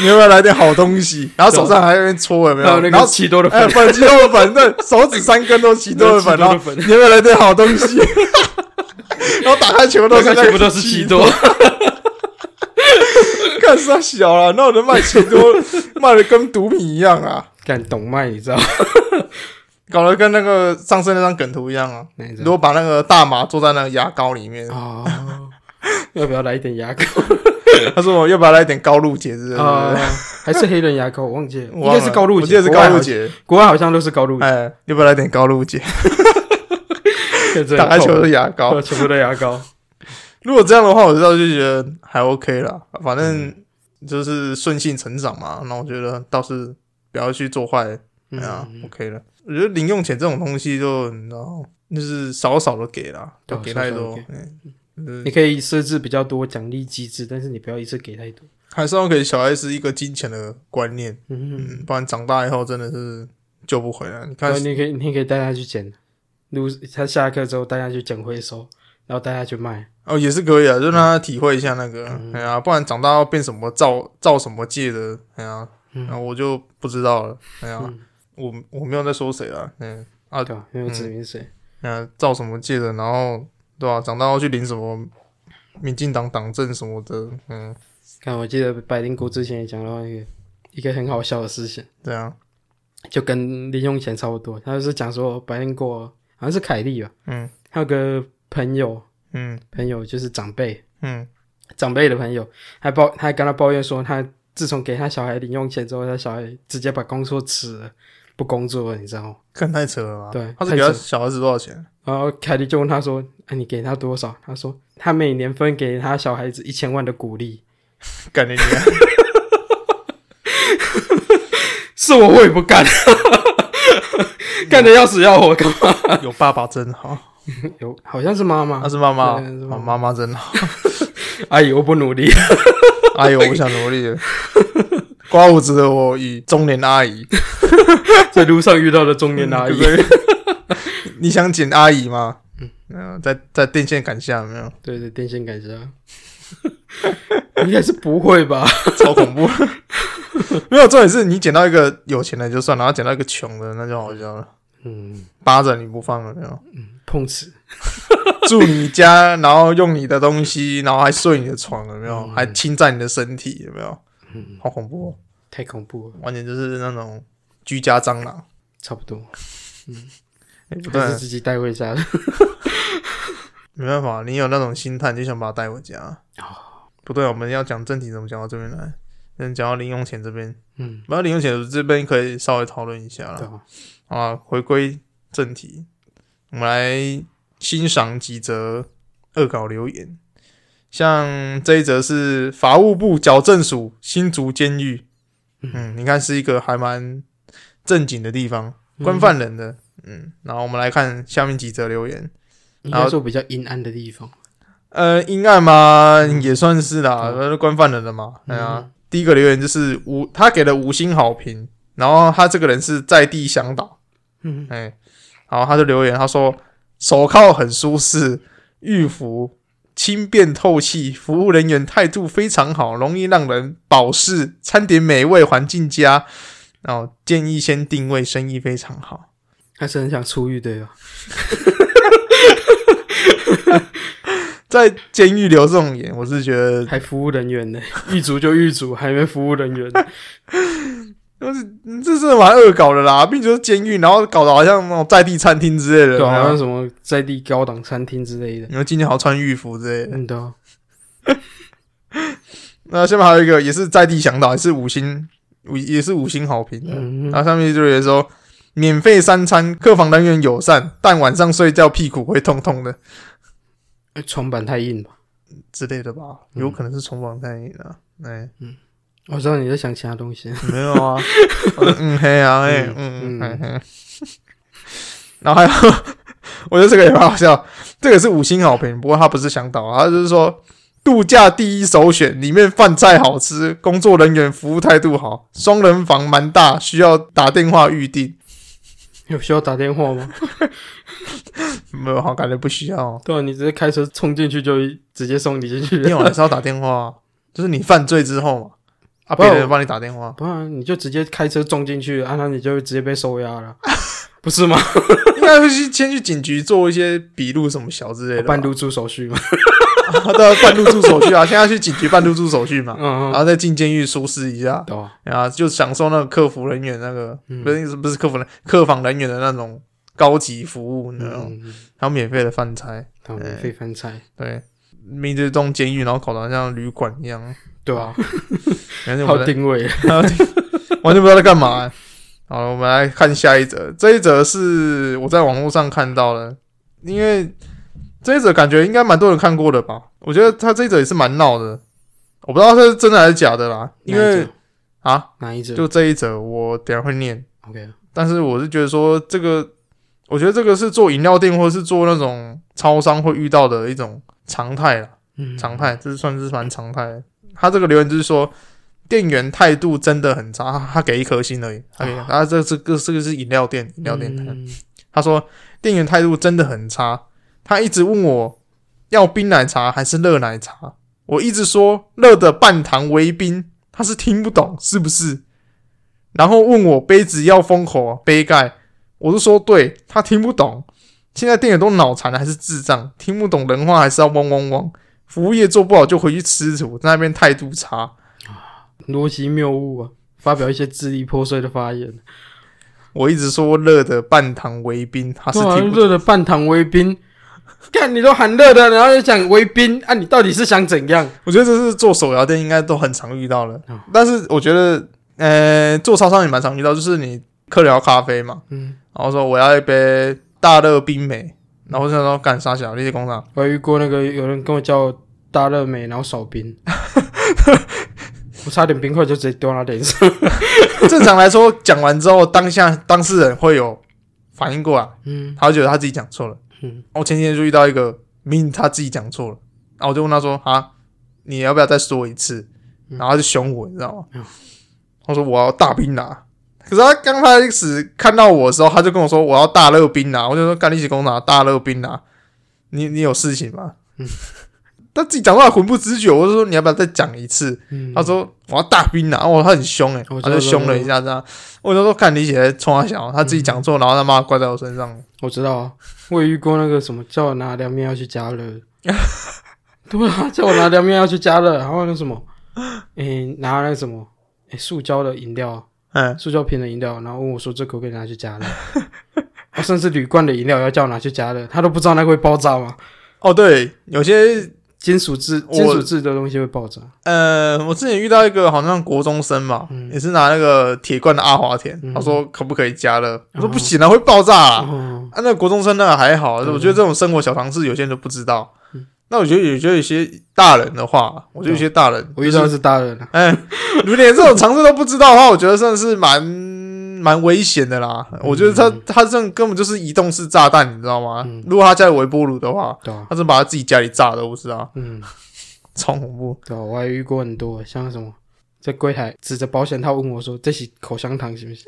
Speaker 2: 你要不要来点好东 西？然后手上还在那边搓有没
Speaker 3: 然后
Speaker 2: 有？
Speaker 3: 那
Speaker 2: 然
Speaker 3: 个
Speaker 2: 后
Speaker 3: 奇多的
Speaker 2: 哎，
Speaker 3: 粉，
Speaker 2: 粉鸡肉粉，对，手指三根都起多的 粉，
Speaker 3: 都
Speaker 2: 然后
Speaker 3: 是奇多的粉
Speaker 2: 你要不要来点好东 西？然后打开全 部都是
Speaker 3: 看
Speaker 2: 那
Speaker 3: 全
Speaker 2: 个
Speaker 3: 部都是奇多，
Speaker 2: 看是他小了，那我能卖奇多，卖的跟毒品一样啊，
Speaker 3: 敢懂卖，你知道？
Speaker 2: 搞得跟那个上次那张梗图一样啊。
Speaker 3: 哪一种
Speaker 2: 如果把那个大麻做在那个牙膏里面，
Speaker 3: 哦， 要不要来一点牙膏？
Speaker 2: 他说哦我要不要来一点高露洁之类
Speaker 3: 啊
Speaker 2: 的？，
Speaker 3: 还是黑人牙膏，我忘 记了，
Speaker 2: 我
Speaker 3: 应
Speaker 2: 忘了
Speaker 3: 该是高露洁，
Speaker 2: 我记得是高露洁。
Speaker 3: 国外好像，国外好像都是高露洁，
Speaker 2: 哎，要不要来点高露洁？
Speaker 3: 对对
Speaker 2: 哎打
Speaker 3: 哦
Speaker 2: 开球的牙膏。
Speaker 3: 全部都牙膏，
Speaker 2: 如果这样的话，我知道就觉得还 OK 啦，反正
Speaker 3: 嗯
Speaker 2: 就是顺性成长嘛。那我觉得倒是不要去做坏， 哎呀
Speaker 3: 嗯，
Speaker 2: ，OK 了。我觉得零用钱这种东西就你知道，就是少少的给啦，不
Speaker 3: 对
Speaker 2: 要给太
Speaker 3: 哦少少
Speaker 2: 多
Speaker 3: 地。
Speaker 2: 嗯，嗯
Speaker 3: 你可以设置比较多奖励机制，但是你不要一次给太多。
Speaker 2: 还是要给小孩子一个金钱的观念。
Speaker 3: 嗯，
Speaker 2: 嗯，不然长大以后真的是救不回来。你看
Speaker 3: 然后，啊你可以，你可以带他去捡，路他下课之后带他去捡回收，然后带他去卖。
Speaker 2: 哦，也是可以啊，就让他体会一下那个，
Speaker 3: 嗯
Speaker 2: 哎呀，不然长大要变什么造造什么界的，哎呀，
Speaker 3: 嗯
Speaker 2: 那我就不知道了，哎呀
Speaker 3: 嗯，
Speaker 2: 我我没有在说谁啊，嗯，啊
Speaker 3: 对吧？没有指名谁，
Speaker 2: 那造什么界的，然后对吧、长大要去领什么民进党党政什么的，嗯，
Speaker 3: 看我记得百灵谷之前也讲到一个一个很好笑的事情，
Speaker 2: 这样，
Speaker 3: 就跟零用钱差不多。他就是讲说百灵谷好像是凯莉吧，
Speaker 2: 嗯
Speaker 3: 他有个朋友，
Speaker 2: 嗯
Speaker 3: 朋友就是长辈，
Speaker 2: 嗯，
Speaker 3: 长辈的朋友，还抱还跟他抱怨说，他自从给他小孩零用钱之后，他小孩直接把工作辞了，不工作了，你知道吗？
Speaker 2: 看太扯了吧？
Speaker 3: 对
Speaker 2: 他是给他
Speaker 3: 太扯
Speaker 2: 小孩子多少钱？
Speaker 3: 然后凯莉就问他说：“啊，你给他多少？”他说：“他每年分给他小孩子一千万的鼓励。
Speaker 2: 感觉你”
Speaker 3: 是我，我也不干， 干的要死要活，干嘛？
Speaker 2: 有爸爸真好，
Speaker 3: 有 好像是妈妈
Speaker 2: 他，是妈妈，
Speaker 3: 对是
Speaker 2: 哦
Speaker 3: 妈妈
Speaker 2: 妈妈真好。
Speaker 3: 阿姨，我不努 力，
Speaker 2: 阿哎姨，我不想努力 了。刮胡子的我与中年阿姨，
Speaker 3: 在路上遇到的中年阿 姨，
Speaker 2: 对不对你想剪阿姨吗？嗯，在在电线杆下有没有，
Speaker 3: 对对，电线杆下， 应该是不会吧？
Speaker 2: 超恐怖。没有，重点是你捡到一个有钱的就算了，然后捡到一个穷的那就好笑了，
Speaker 3: 嗯，
Speaker 2: 扒着你不放了没有？
Speaker 3: 碰瓷，
Speaker 2: 住你家，然后用你的东西，然后还睡你的床有没有？还侵占你的身体有没有？
Speaker 3: 嗯，
Speaker 2: 好恐怖、哦，
Speaker 3: 太恐怖了，
Speaker 2: 完全就是那种居家蟑螂。
Speaker 3: 差不多。
Speaker 2: 哎不对
Speaker 3: 还，是自己带回家的。
Speaker 2: 没办哦法，你有那种心态，你就想把它带回家。不对，我们要讲正题，怎么讲到这边来？嗯，讲到零用钱这边，
Speaker 3: 嗯，
Speaker 2: 然后零用钱这边可以稍微讨论一下
Speaker 3: 对
Speaker 2: 了。
Speaker 3: 吧？
Speaker 2: 好啊，回归正题，我们来欣赏几则恶搞留言。像这一则是法务部矫正署新竹监狱，嗯，你看是一个还蛮正经的地方，关犯人的，嗯。然后我们来看下面几则留言，
Speaker 3: 应
Speaker 2: 然
Speaker 3: 该
Speaker 2: 后
Speaker 3: 说比较阴暗的地方。
Speaker 2: 呃，阴暗吗？也算是啦，
Speaker 3: 嗯
Speaker 2: 呃关犯人了嘛。哎呀、
Speaker 3: 嗯
Speaker 2: 第一个留言就是五，他给了五星好评，然后他这个人是在地向导，
Speaker 3: 嗯，
Speaker 2: 哎、然后他就留言，他说手铐很舒适，浴服轻便透气，服务人员态度非常好，容易让人饱适，餐点美味，环境佳。然后建议先定位，生意非常好。
Speaker 3: 还是很想出狱对吧？
Speaker 2: 在监狱留这种言，我是觉得
Speaker 3: 还服务人员呢， 狱卒就狱卒，还没服务人 员。
Speaker 2: 啊这是蛮恶搞的啦，并且是监狱，然后搞得好像那种在地餐厅之类的。
Speaker 3: 对啊，
Speaker 2: 有
Speaker 3: 好
Speaker 2: 没
Speaker 3: 像
Speaker 2: 有
Speaker 3: 什么在地高档餐厅之类的。
Speaker 2: 你们今天好像穿浴服之类的。
Speaker 3: 嗯，对啊，
Speaker 2: 那下面还有一个也是在地向导，也是五星，五也是五星好评的。
Speaker 3: 嗯
Speaker 2: 然后上面就有人说，免费三餐，客房人员友善，但晚上睡觉屁股会痛痛的
Speaker 3: 床板太硬吧？
Speaker 2: 之类的吧，
Speaker 3: 嗯
Speaker 2: 有可能是重访餐饮啊。哎、
Speaker 3: 我知道你在想其他东西。
Speaker 2: 没有啊，嗯嗯嘿啊哎嗯嗯
Speaker 3: 嗯
Speaker 2: 嘿嘿。然后还有，我觉得这个也蛮好笑，这个是五星好评，不过他不是向导啊，他就是说度假第一首选，里面饭菜好吃，工作人员服务态度好，双人房蛮大，需要打电话预定。
Speaker 3: 有需要打电话吗？
Speaker 2: 没有好，感觉不需要哦。
Speaker 3: 对啊，你直接开车冲进去就直接送你进去
Speaker 2: 你。有还是要打电话啊，就是你犯罪之后嘛，啊，
Speaker 3: 不
Speaker 2: 别人帮你打电话，
Speaker 3: 不然你就直接开车撞进去，啊，那你就直接被收押 了，不是吗？
Speaker 2: 应该会去先去警局做一些笔录什么小之类的吧，
Speaker 3: 办入住手 续嘛。
Speaker 2: 啊对啊，办入住手续啊，现在去警局办入住手续嘛，
Speaker 3: 嗯
Speaker 2: 然
Speaker 3: 嗯，
Speaker 2: 后再进监狱舒适一下，
Speaker 3: 对啊，
Speaker 2: 然后就享受那个客服人员那个，
Speaker 3: 嗯
Speaker 2: 不是不是客服人，客房人员的那种高级服务，你知道吗？
Speaker 3: 嗯，
Speaker 2: 还有免费的饭菜，
Speaker 3: 他免费翻菜，
Speaker 2: 对，明这栋监狱，然后搞得好像旅馆一 样，
Speaker 3: 对啊，
Speaker 2: 反正我
Speaker 3: 好
Speaker 2: 们
Speaker 3: 定位，
Speaker 2: 完全不知道在干嘛、好了，我们来看下一则。这一则是我在网络上看到的，因为这一则感觉应该蛮多人看过的吧？我觉得他这一则也是蛮闹的，我不知道它是真的还是假的啦。因为啊，
Speaker 3: 哪一只
Speaker 2: 就这一则我等一下会念，
Speaker 3: ？OK，
Speaker 2: 但是我是觉得说这个，我觉得这个是做饮料店或者是做那种超商会遇到的一种常态啦。
Speaker 3: 嗯，
Speaker 2: 常态，这算是蛮常态的。他这个留言就是说，店员态度真的很差，他他给一颗星而已。他给，
Speaker 3: 啊
Speaker 2: 他这这个这个是饮料店，饮料店。
Speaker 3: 嗯
Speaker 2: 他说店员态度真的很差，他一直问我要冰奶茶还是热奶茶，我一直说热的半糖为冰，他是听不懂是不是？然后问我杯子要封口啊杯盖，我就说对，他听不懂。现在店员都脑残了还是智障，听不懂人话还是要汪汪汪。服务业做不好就回去吃土，在那边态度差。
Speaker 3: 逻辑谬误啊，发表一些支离破碎的发言，
Speaker 2: 我一直说热的半糖为冰，他是
Speaker 3: 对啊
Speaker 2: 听不懂。
Speaker 3: 热的半糖微冰，看你都喊热的，然后又讲微冰，啊，你到底是想怎样？
Speaker 2: 我觉得这是做手摇店应该都很常遇到的，
Speaker 3: 嗯
Speaker 2: 但是我觉得，呃，做超商也蛮常遇到，就是你客聊咖啡嘛，
Speaker 3: 嗯，
Speaker 2: 然后说我要一杯大热冰美，然后我就想说干啥小那些工厂，
Speaker 3: 我还遇过那个有人跟我叫大热美，然后少 冰，我差点冰块就直接丢他脸上。
Speaker 2: 正常来说讲完之后，当下当事人会有反应过来，
Speaker 3: 嗯
Speaker 2: 他会觉得他自己讲错了。
Speaker 3: 嗯，
Speaker 2: 我前几天就遇到一个，明明他自己讲错了，然后我就问他说啊，你要不要再说一次？
Speaker 3: 嗯
Speaker 2: 然后他就凶我，你知道吗
Speaker 3: 嗯？
Speaker 2: 他说我要大冰拿。可是他刚开始看到我的时候，他就跟我说我要大热冰拿，我就说干你起工拿大热冰拿，你你有事情吗？
Speaker 3: 嗯
Speaker 2: 他自己讲话魂不知觉，我就说你要不要再讲一次？
Speaker 3: 嗯，
Speaker 2: 他说我要大冰拿，哇，他很凶哎、
Speaker 3: 我知
Speaker 2: 他
Speaker 3: 道嗯
Speaker 2: 就凶了一下这样，我就说看你姐冲他小，他自己讲错，然后他妈怪在我身上，
Speaker 3: 我知道啊，我也遇过那个什么叫我拿凉面要去加热，对啊，叫我拿凉面要去加热，然后那什么，诶、拿那个什么，诶、塑胶的饮料啊，
Speaker 2: 嗯，
Speaker 3: 塑胶瓶的饮料，然后问我说这可不可以拿去加热，啊甚至铝罐的饮料也要叫我拿去加热，他都不知道那个会爆炸吗？
Speaker 2: 哦，对，有些
Speaker 3: 金属制
Speaker 2: 我
Speaker 3: 金属制的东西会爆炸。
Speaker 2: 呃，我之前遇到一个好像国中生嘛，也是拿那个铁罐的阿华田，
Speaker 3: 嗯
Speaker 2: 他说可不可以加热？我说不行啊，会爆炸啊！
Speaker 3: 哦，
Speaker 2: 啊，那个国中生那个还好，啊
Speaker 3: 对
Speaker 2: 我觉得这种生活小常识，有些人都不知道
Speaker 3: 嗯。
Speaker 2: 那我觉得有觉得有些大人的话，我觉得有些大人，
Speaker 3: 我遇到的是大人啊，
Speaker 2: 哎，如果连这种常识都不知道的话，我觉得真的是蛮蛮危险的啦。
Speaker 3: 嗯
Speaker 2: 我觉得他他这种根本就是移动式炸弹，你知道吗
Speaker 3: 嗯？
Speaker 2: 如果他家有微波炉的话，
Speaker 3: 对啊，
Speaker 2: 他真把他自己家里炸的，我知道，
Speaker 3: 嗯，
Speaker 2: 超恐怖。
Speaker 3: 对啊，我还遇过很多，像什么在柜台指着保险套问我说：“这是口香糖行不行？”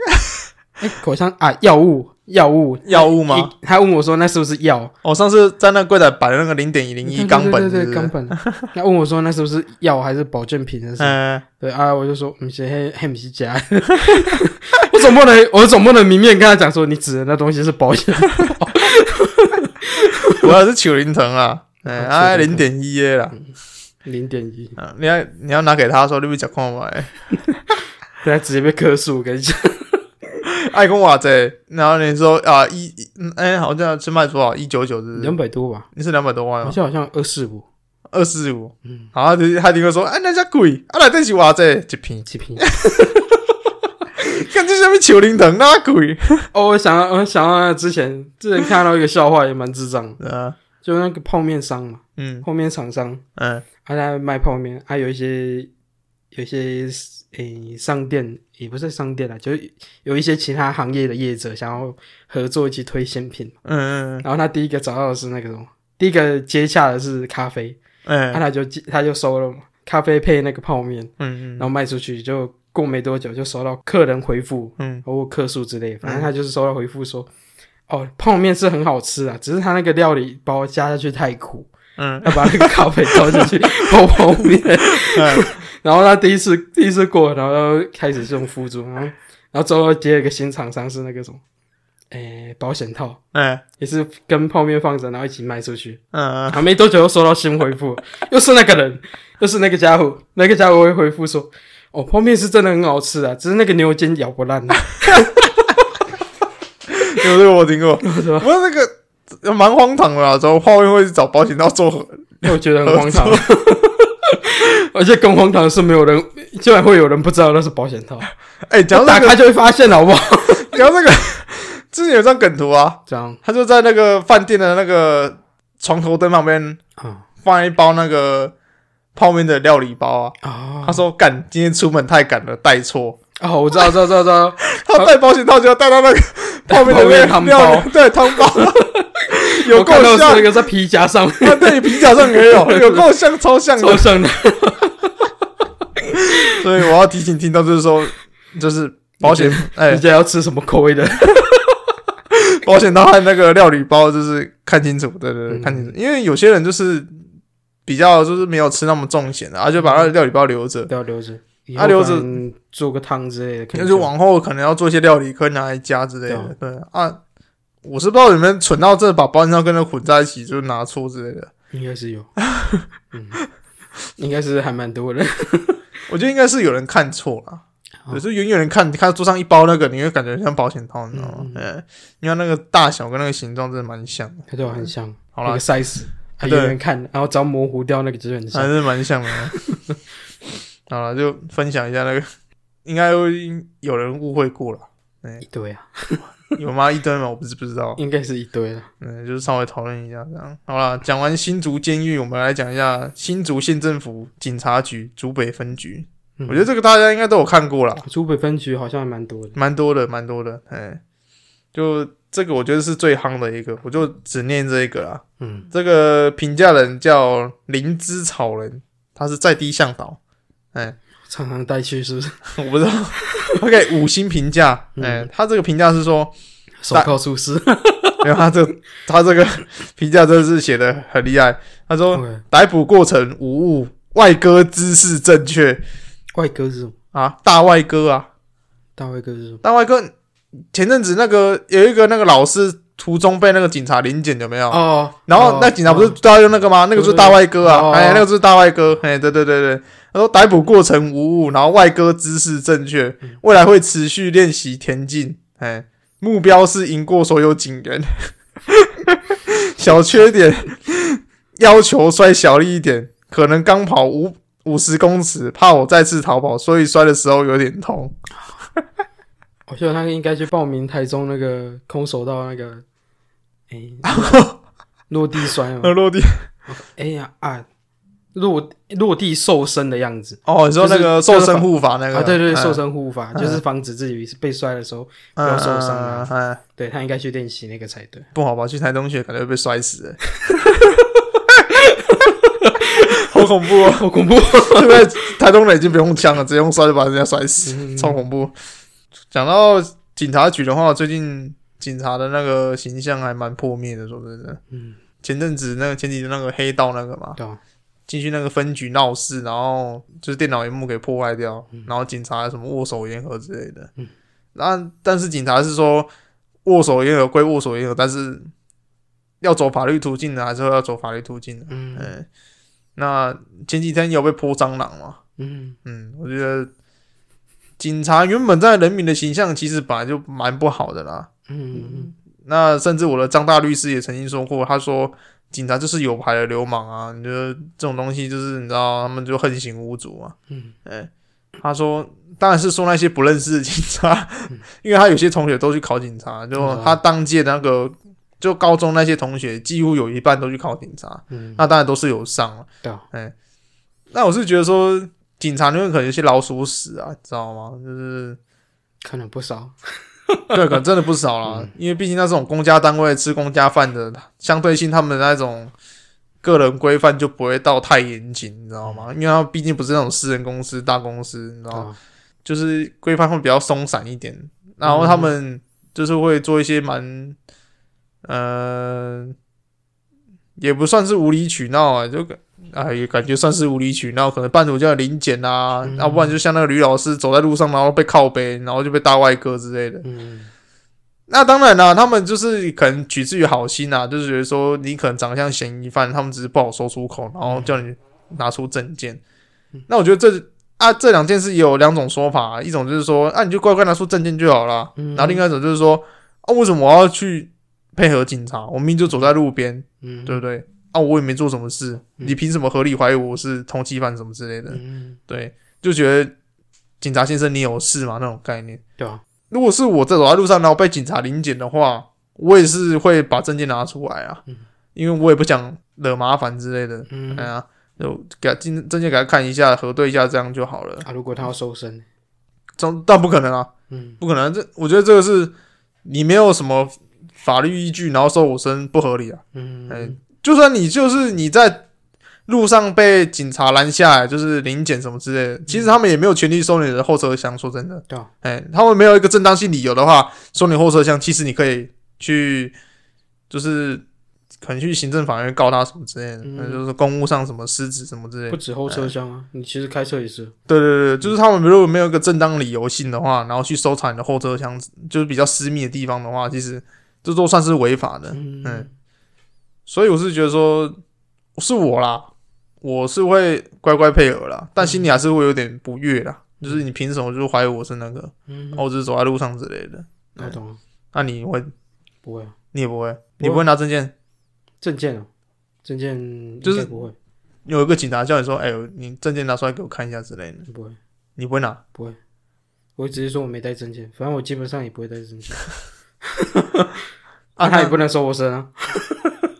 Speaker 3: 哎、口香啊，药物，药物，
Speaker 2: 药物吗？
Speaker 3: 一他问我说：“那是不是药
Speaker 2: 我、上次在那柜台摆了那个零点一？”零一
Speaker 3: 对
Speaker 2: 冈本，
Speaker 3: 对
Speaker 2: 是
Speaker 3: 对
Speaker 2: 不
Speaker 3: 对，
Speaker 2: 是
Speaker 3: 冈本。那问我说：“那是不是药还是保健品？”还是什么
Speaker 2: 嗯，
Speaker 3: 对啊，我就说：“嗯，是黑黑米是假。” 我总不能，我总不能明面跟他讲说你指的那东西是 保险。
Speaker 2: 我要是九零藤啊，哎，啊
Speaker 3: 哦九
Speaker 2: 零
Speaker 3: 零
Speaker 2: 点一耶啦，
Speaker 3: 零点一，
Speaker 2: 啊你要你要拿给他说，你不讲看买，
Speaker 3: 对，他直接被克数，我跟你讲，
Speaker 2: 爱公瓦贼，然后你说啊一，一嗯哎，好像是卖多少一九九是不
Speaker 3: 两
Speaker 2: 是？
Speaker 3: 百多吧，
Speaker 2: 你是两百多万
Speaker 3: 好
Speaker 2: 吗？
Speaker 3: 像好像二四五
Speaker 2: 二四五
Speaker 3: 嗯，
Speaker 2: 然后他他就会说，哎，那家贵，啊，来这是瓦贼一瓶，
Speaker 3: 几瓶。
Speaker 2: 看这下面九零藤那贵，
Speaker 3: 哦，我想到，我想到之前之前看到一个笑话，也蛮智障的，
Speaker 2: 啊，
Speaker 3: 就那个泡面商嘛，
Speaker 2: 嗯
Speaker 3: 泡面厂商，
Speaker 2: 嗯
Speaker 3: 啊，他卖泡面，啊，有一些有一些诶、商店，也不是商店啦，就是有一些其他行业的业者想要合作一起推新品，
Speaker 2: 嗯嗯
Speaker 3: 然后他第一个找到的是那个什么，第一个接洽的是咖啡，那、
Speaker 2: 嗯
Speaker 3: 他就接他就收了嘛，咖啡配那个泡面，
Speaker 2: 嗯
Speaker 3: 然后卖出去，就过没多久就收到客人回复，
Speaker 2: 嗯
Speaker 3: 或客诉之类，反正他就是收到回复说，哦，泡面是很好吃啊，只是他那个料理包加下去太苦，
Speaker 2: 嗯
Speaker 3: 要把那个咖啡倒进去泡泡面。
Speaker 2: 嗯，
Speaker 3: 然后他第一次第一次过，然后开始这种辅助，然后然后之后接了一个新厂商是那个什么，诶、保险套。
Speaker 2: 哎
Speaker 3: 也是跟泡面放着，然后一起卖出去。
Speaker 2: 嗯
Speaker 3: 啊，没多久又收到新回复，又是那个人，又是那个家伙，那个家伙会回复说：“哦，泡面是真的很好吃啊，只是那个牛筋咬不烂、啊。”
Speaker 2: 有这个我听过，
Speaker 3: 是吧
Speaker 2: 不过那个蛮荒唐的啦，怎么泡面会找保险套做合
Speaker 3: 我觉得很荒 唐。而且更荒唐的是，没有人，竟然会有人不知道那是保险套，
Speaker 2: 哎，讲到
Speaker 3: 打
Speaker 2: 这
Speaker 3: 开
Speaker 2: 个，
Speaker 3: 就会发现，好不好？
Speaker 2: 讲到这个， 之前有张梗图啊，
Speaker 3: 这样
Speaker 2: 他就在那个饭店的那个床头灯旁边
Speaker 3: 啊
Speaker 2: 放一包那个泡面的料理包啊。
Speaker 3: 啊
Speaker 2: 他说：“干，今天出门太赶了，带错。
Speaker 3: 啊！我知道，知道，知道，知 道。
Speaker 2: 他带保险套就要带到那个泡面的
Speaker 3: 泡面
Speaker 2: 那个
Speaker 3: 汤
Speaker 2: 料理
Speaker 3: 包，
Speaker 2: 对汤包，有
Speaker 3: 我
Speaker 2: 够
Speaker 3: 看到
Speaker 2: 像
Speaker 3: 是那。个在皮夹上面
Speaker 2: 他对你皮夹上也有，有够像， 超像的
Speaker 3: 抽。上的，
Speaker 2: 所以我要提醒听到，就是说，就是保 险，哎
Speaker 3: 人，家要吃什么口味的？
Speaker 2: 保险套和那个料理包就是看清楚，对对对，
Speaker 3: 嗯
Speaker 2: 看清楚，因为有些人就是比较就是没有吃那么重咸的，啊，就把他的料理包留着，
Speaker 3: 都要留着，以
Speaker 2: 啊
Speaker 3: 后
Speaker 2: 留
Speaker 3: 可
Speaker 2: 着
Speaker 3: 能做个汤之类的，可
Speaker 2: 那
Speaker 3: 能
Speaker 2: 就往后可能要做一些料理，可以拿来加之类的，对啊。我是不知道有没有蠢到这把保险套跟它混在一起，就是拿错之类的。
Speaker 3: 应该是 有，嗯，应该是还蛮多的。
Speaker 2: 我觉得应该是有人看错了，
Speaker 3: 哦
Speaker 2: 有时候远远的看，你看桌上一包那个，你会感觉像保险套，你知道吗
Speaker 3: 嗯？嗯
Speaker 2: 嗯，你看那个大小跟那个形状真的蛮像的。
Speaker 3: 它就很像，
Speaker 2: 好
Speaker 3: 那
Speaker 2: 啦
Speaker 3: 个 size，还
Speaker 2: 对啊
Speaker 3: 有人看，然后只要模糊掉那个就很像
Speaker 2: 还。是蛮像的。好了，就分享一下那个，应该会有人误会过了，
Speaker 3: 一堆啊，
Speaker 2: 有吗？一堆吗？我不是不知 道，
Speaker 3: 应该是一堆了。
Speaker 2: 嗯，就是稍微讨论一下这样。好了，讲完新竹监狱，我们来讲一下新竹县政府警察局竹北分局。
Speaker 3: 嗯
Speaker 2: 我觉得这个大家应该都有看过啦，
Speaker 3: 竹北分局好像还蛮多的。
Speaker 2: 蛮多的，蛮多的，哎，就这个我觉得是最夯的一个，我就只念这一个啦。
Speaker 3: 嗯，
Speaker 2: 这个评价人叫灵芝草人，他是在地向导。
Speaker 3: 常常带去是不是？
Speaker 2: 我不知道。OK，五星评价，哎、
Speaker 3: 嗯
Speaker 2: 他这个评价是说，
Speaker 3: 手铐术师。
Speaker 2: 没有他这个他这个 评价真的是写的很厉害。他说
Speaker 3: OK
Speaker 2: 逮捕过程无误，外哥姿势正确
Speaker 3: 外哥是什么？
Speaker 2: 啊，大外哥啊，
Speaker 3: 大外哥是什么？
Speaker 2: 大外哥。前阵子那个有一个那个老师途中被那个警察临检有没有？
Speaker 3: 哦，
Speaker 2: 然后那警察不是都要用那个吗？那个就是大外哥啊，
Speaker 3: 对对对
Speaker 2: 哎
Speaker 3: 哦，
Speaker 2: 那个就是大外哥，哎，对对对对。他说逮捕过程无误，然后外哥姿势正确，
Speaker 3: 嗯
Speaker 2: 未来会持续练习田径，哎，目 标是赢过所有警员。小缺点，要求摔小力一点，可能刚跑五五十公尺，怕我再次逃跑，所以摔的时候有点痛。
Speaker 3: 我觉得哦他应该去报名台中那个空手道那个，哎、 落地摔嘛
Speaker 2: 那， 落地
Speaker 3: 哎呀啊，落落地瘦身的样子
Speaker 2: 哦，你说那个
Speaker 3: 就
Speaker 2: 瘦
Speaker 3: 是
Speaker 2: 身护法那个
Speaker 3: 啊，对对，
Speaker 2: 嗯
Speaker 3: 瘦身护法、
Speaker 2: 嗯
Speaker 3: 就是防止自己被摔的时候，
Speaker 2: 不
Speaker 3: 要受伤啊
Speaker 2: 哎，嗯
Speaker 3: 对他应该去练习那个才对。
Speaker 2: 不好吧？去台中学可能会被摔死、欸， 好恐怖哦！
Speaker 3: 好恐怖！
Speaker 2: 现在台中人已经不用枪了，直接用摔就把人家摔死，
Speaker 3: 嗯
Speaker 2: 超恐怖。讲到警察局的话，最近警察的那个形象还蛮破灭的，说真的。
Speaker 3: 嗯，
Speaker 2: 前阵子那个前几天那个黑道那个嘛，
Speaker 3: 对啊，
Speaker 2: 进去那个分局闹事，然后就是电脑荧幕给破坏掉，然后警察什么握手言和之类的。
Speaker 3: 嗯，
Speaker 2: 那但是警察是说握手言和归握手言和，但是要走法律途径的还是要走法律途径的。
Speaker 3: 嗯
Speaker 2: 嗯，那前几天有被泼蟑螂嘛？
Speaker 3: 嗯
Speaker 2: 嗯，我觉得警察原本在人民的形象其实本来就蛮不好的啦。
Speaker 3: 嗯
Speaker 2: 那甚至我的张大律师也曾经说过，他说警察就是有牌的流氓啊，你觉得这种东西就是你知道他们就横行无阻啊。
Speaker 3: 嗯
Speaker 2: 他说当然是说那些不认识的警察， 因为他有些同学都去考警察，就
Speaker 3: 嗯
Speaker 2: 他当届那个就高中那些同学几乎有一半都去考警察，
Speaker 3: 嗯，
Speaker 2: 那当然都是有上了。
Speaker 3: 对啊，
Speaker 2: 哎，那我是觉得说警察那边可能有些老鼠屎啊，你知道吗？就是
Speaker 3: 可能不少。
Speaker 2: 对，可能真的不少啦，因为毕竟那种公家单位吃公家饭的，相对性他们的那种个人规范就不会到太严谨，你知道吗？因为他毕竟不是那种私人公司、大公司，你知
Speaker 3: 对
Speaker 2: 道吗？
Speaker 3: 啊，
Speaker 2: 就是规范会比较松散一点，然后他们就是会做一些蛮，呃，也不算是无理取闹啊，就感哎也感觉算是无理取闹，可能办主叫临检啊，
Speaker 3: 嗯
Speaker 2: 要、不然就像那个吕老师走在路上，然后被靠背，然后就被大外哥之类的。
Speaker 3: 嗯
Speaker 2: 那当然啦，他们就是可能取之于好心啊，就是觉得说你可能长得像嫌疑犯，他们只是不好说出口，然后叫你拿出证件。
Speaker 3: 嗯
Speaker 2: 那我觉得这啊这两件事也有两种说法、一种就是说啊你就乖乖拿出证件就好啦，
Speaker 3: 嗯
Speaker 2: 然后另外一种就是说啊为什么我要去配合警察？我明明就走在路边，
Speaker 3: 嗯，
Speaker 2: 对不对？啊我也没做什么事，
Speaker 3: 嗯
Speaker 2: 你凭什么合理怀疑我是通缉犯什么之类的？
Speaker 3: 嗯，
Speaker 2: 对，就觉得警察先生你有事吗那种概念。
Speaker 3: 对啊，
Speaker 2: 如果是我在走在路上，然后被警察临检的话，我也是会把证件拿出来啊，
Speaker 3: 嗯
Speaker 2: 因为我也不想惹麻烦之类的。
Speaker 3: 嗯
Speaker 2: 哎呀，就给他证证件给他看一下，核对一下，这样就好了。
Speaker 3: 啊，如果他要瘦身，
Speaker 2: 这但不可能啊，
Speaker 3: 嗯
Speaker 2: 不可能啊、这我觉得这个是你没有什么法律依据，然后收我身不合理啊。哎
Speaker 3: 嗯，
Speaker 2: 就算你就是你在路上被警察拦下来，就是临检什么之类的，其实他们也没有权利收你的后车厢。说真的，
Speaker 3: 对啊
Speaker 2: 哎，他们没有一个正当性理由的话，收你后车厢，其实你可以去，就是可能去行政法院告他什么之类的，
Speaker 3: 嗯
Speaker 2: 那就是公务上什么失职什么之类
Speaker 3: 不
Speaker 2: 的。
Speaker 3: 止后车厢
Speaker 2: 哎
Speaker 3: 啊，你其实开车也是。
Speaker 2: 对对对，就是他们如果没有一个正当理由性的话，然后去搜查你的后车厢，就是比较私密的地方的话，其实这都算是违法的。哎
Speaker 3: 嗯
Speaker 2: 所以我是觉得说，是我啦，我是会乖乖配合啦，但心里还是会有点不悦啦。就是你凭什么就怀疑我是那个，
Speaker 3: 嗯
Speaker 2: 然，后我只是走在路上之类的？
Speaker 3: 我懂了，
Speaker 2: 那、你会，
Speaker 3: 不会啊，
Speaker 2: 你也不会，
Speaker 3: 会
Speaker 2: 你不会拿证件？
Speaker 3: 证件啊，证件
Speaker 2: 就是
Speaker 3: 应该不会，
Speaker 2: 有一个警察叫你说：“哎、你证件拿出来给我看一下之类的。
Speaker 3: 不会，”
Speaker 2: 你不会拿？
Speaker 3: 我只是说我没带证件，反正我基本上也不会带 证件。
Speaker 2: 啊
Speaker 3: 啊，他也
Speaker 2: 那
Speaker 3: 不能收我身啊，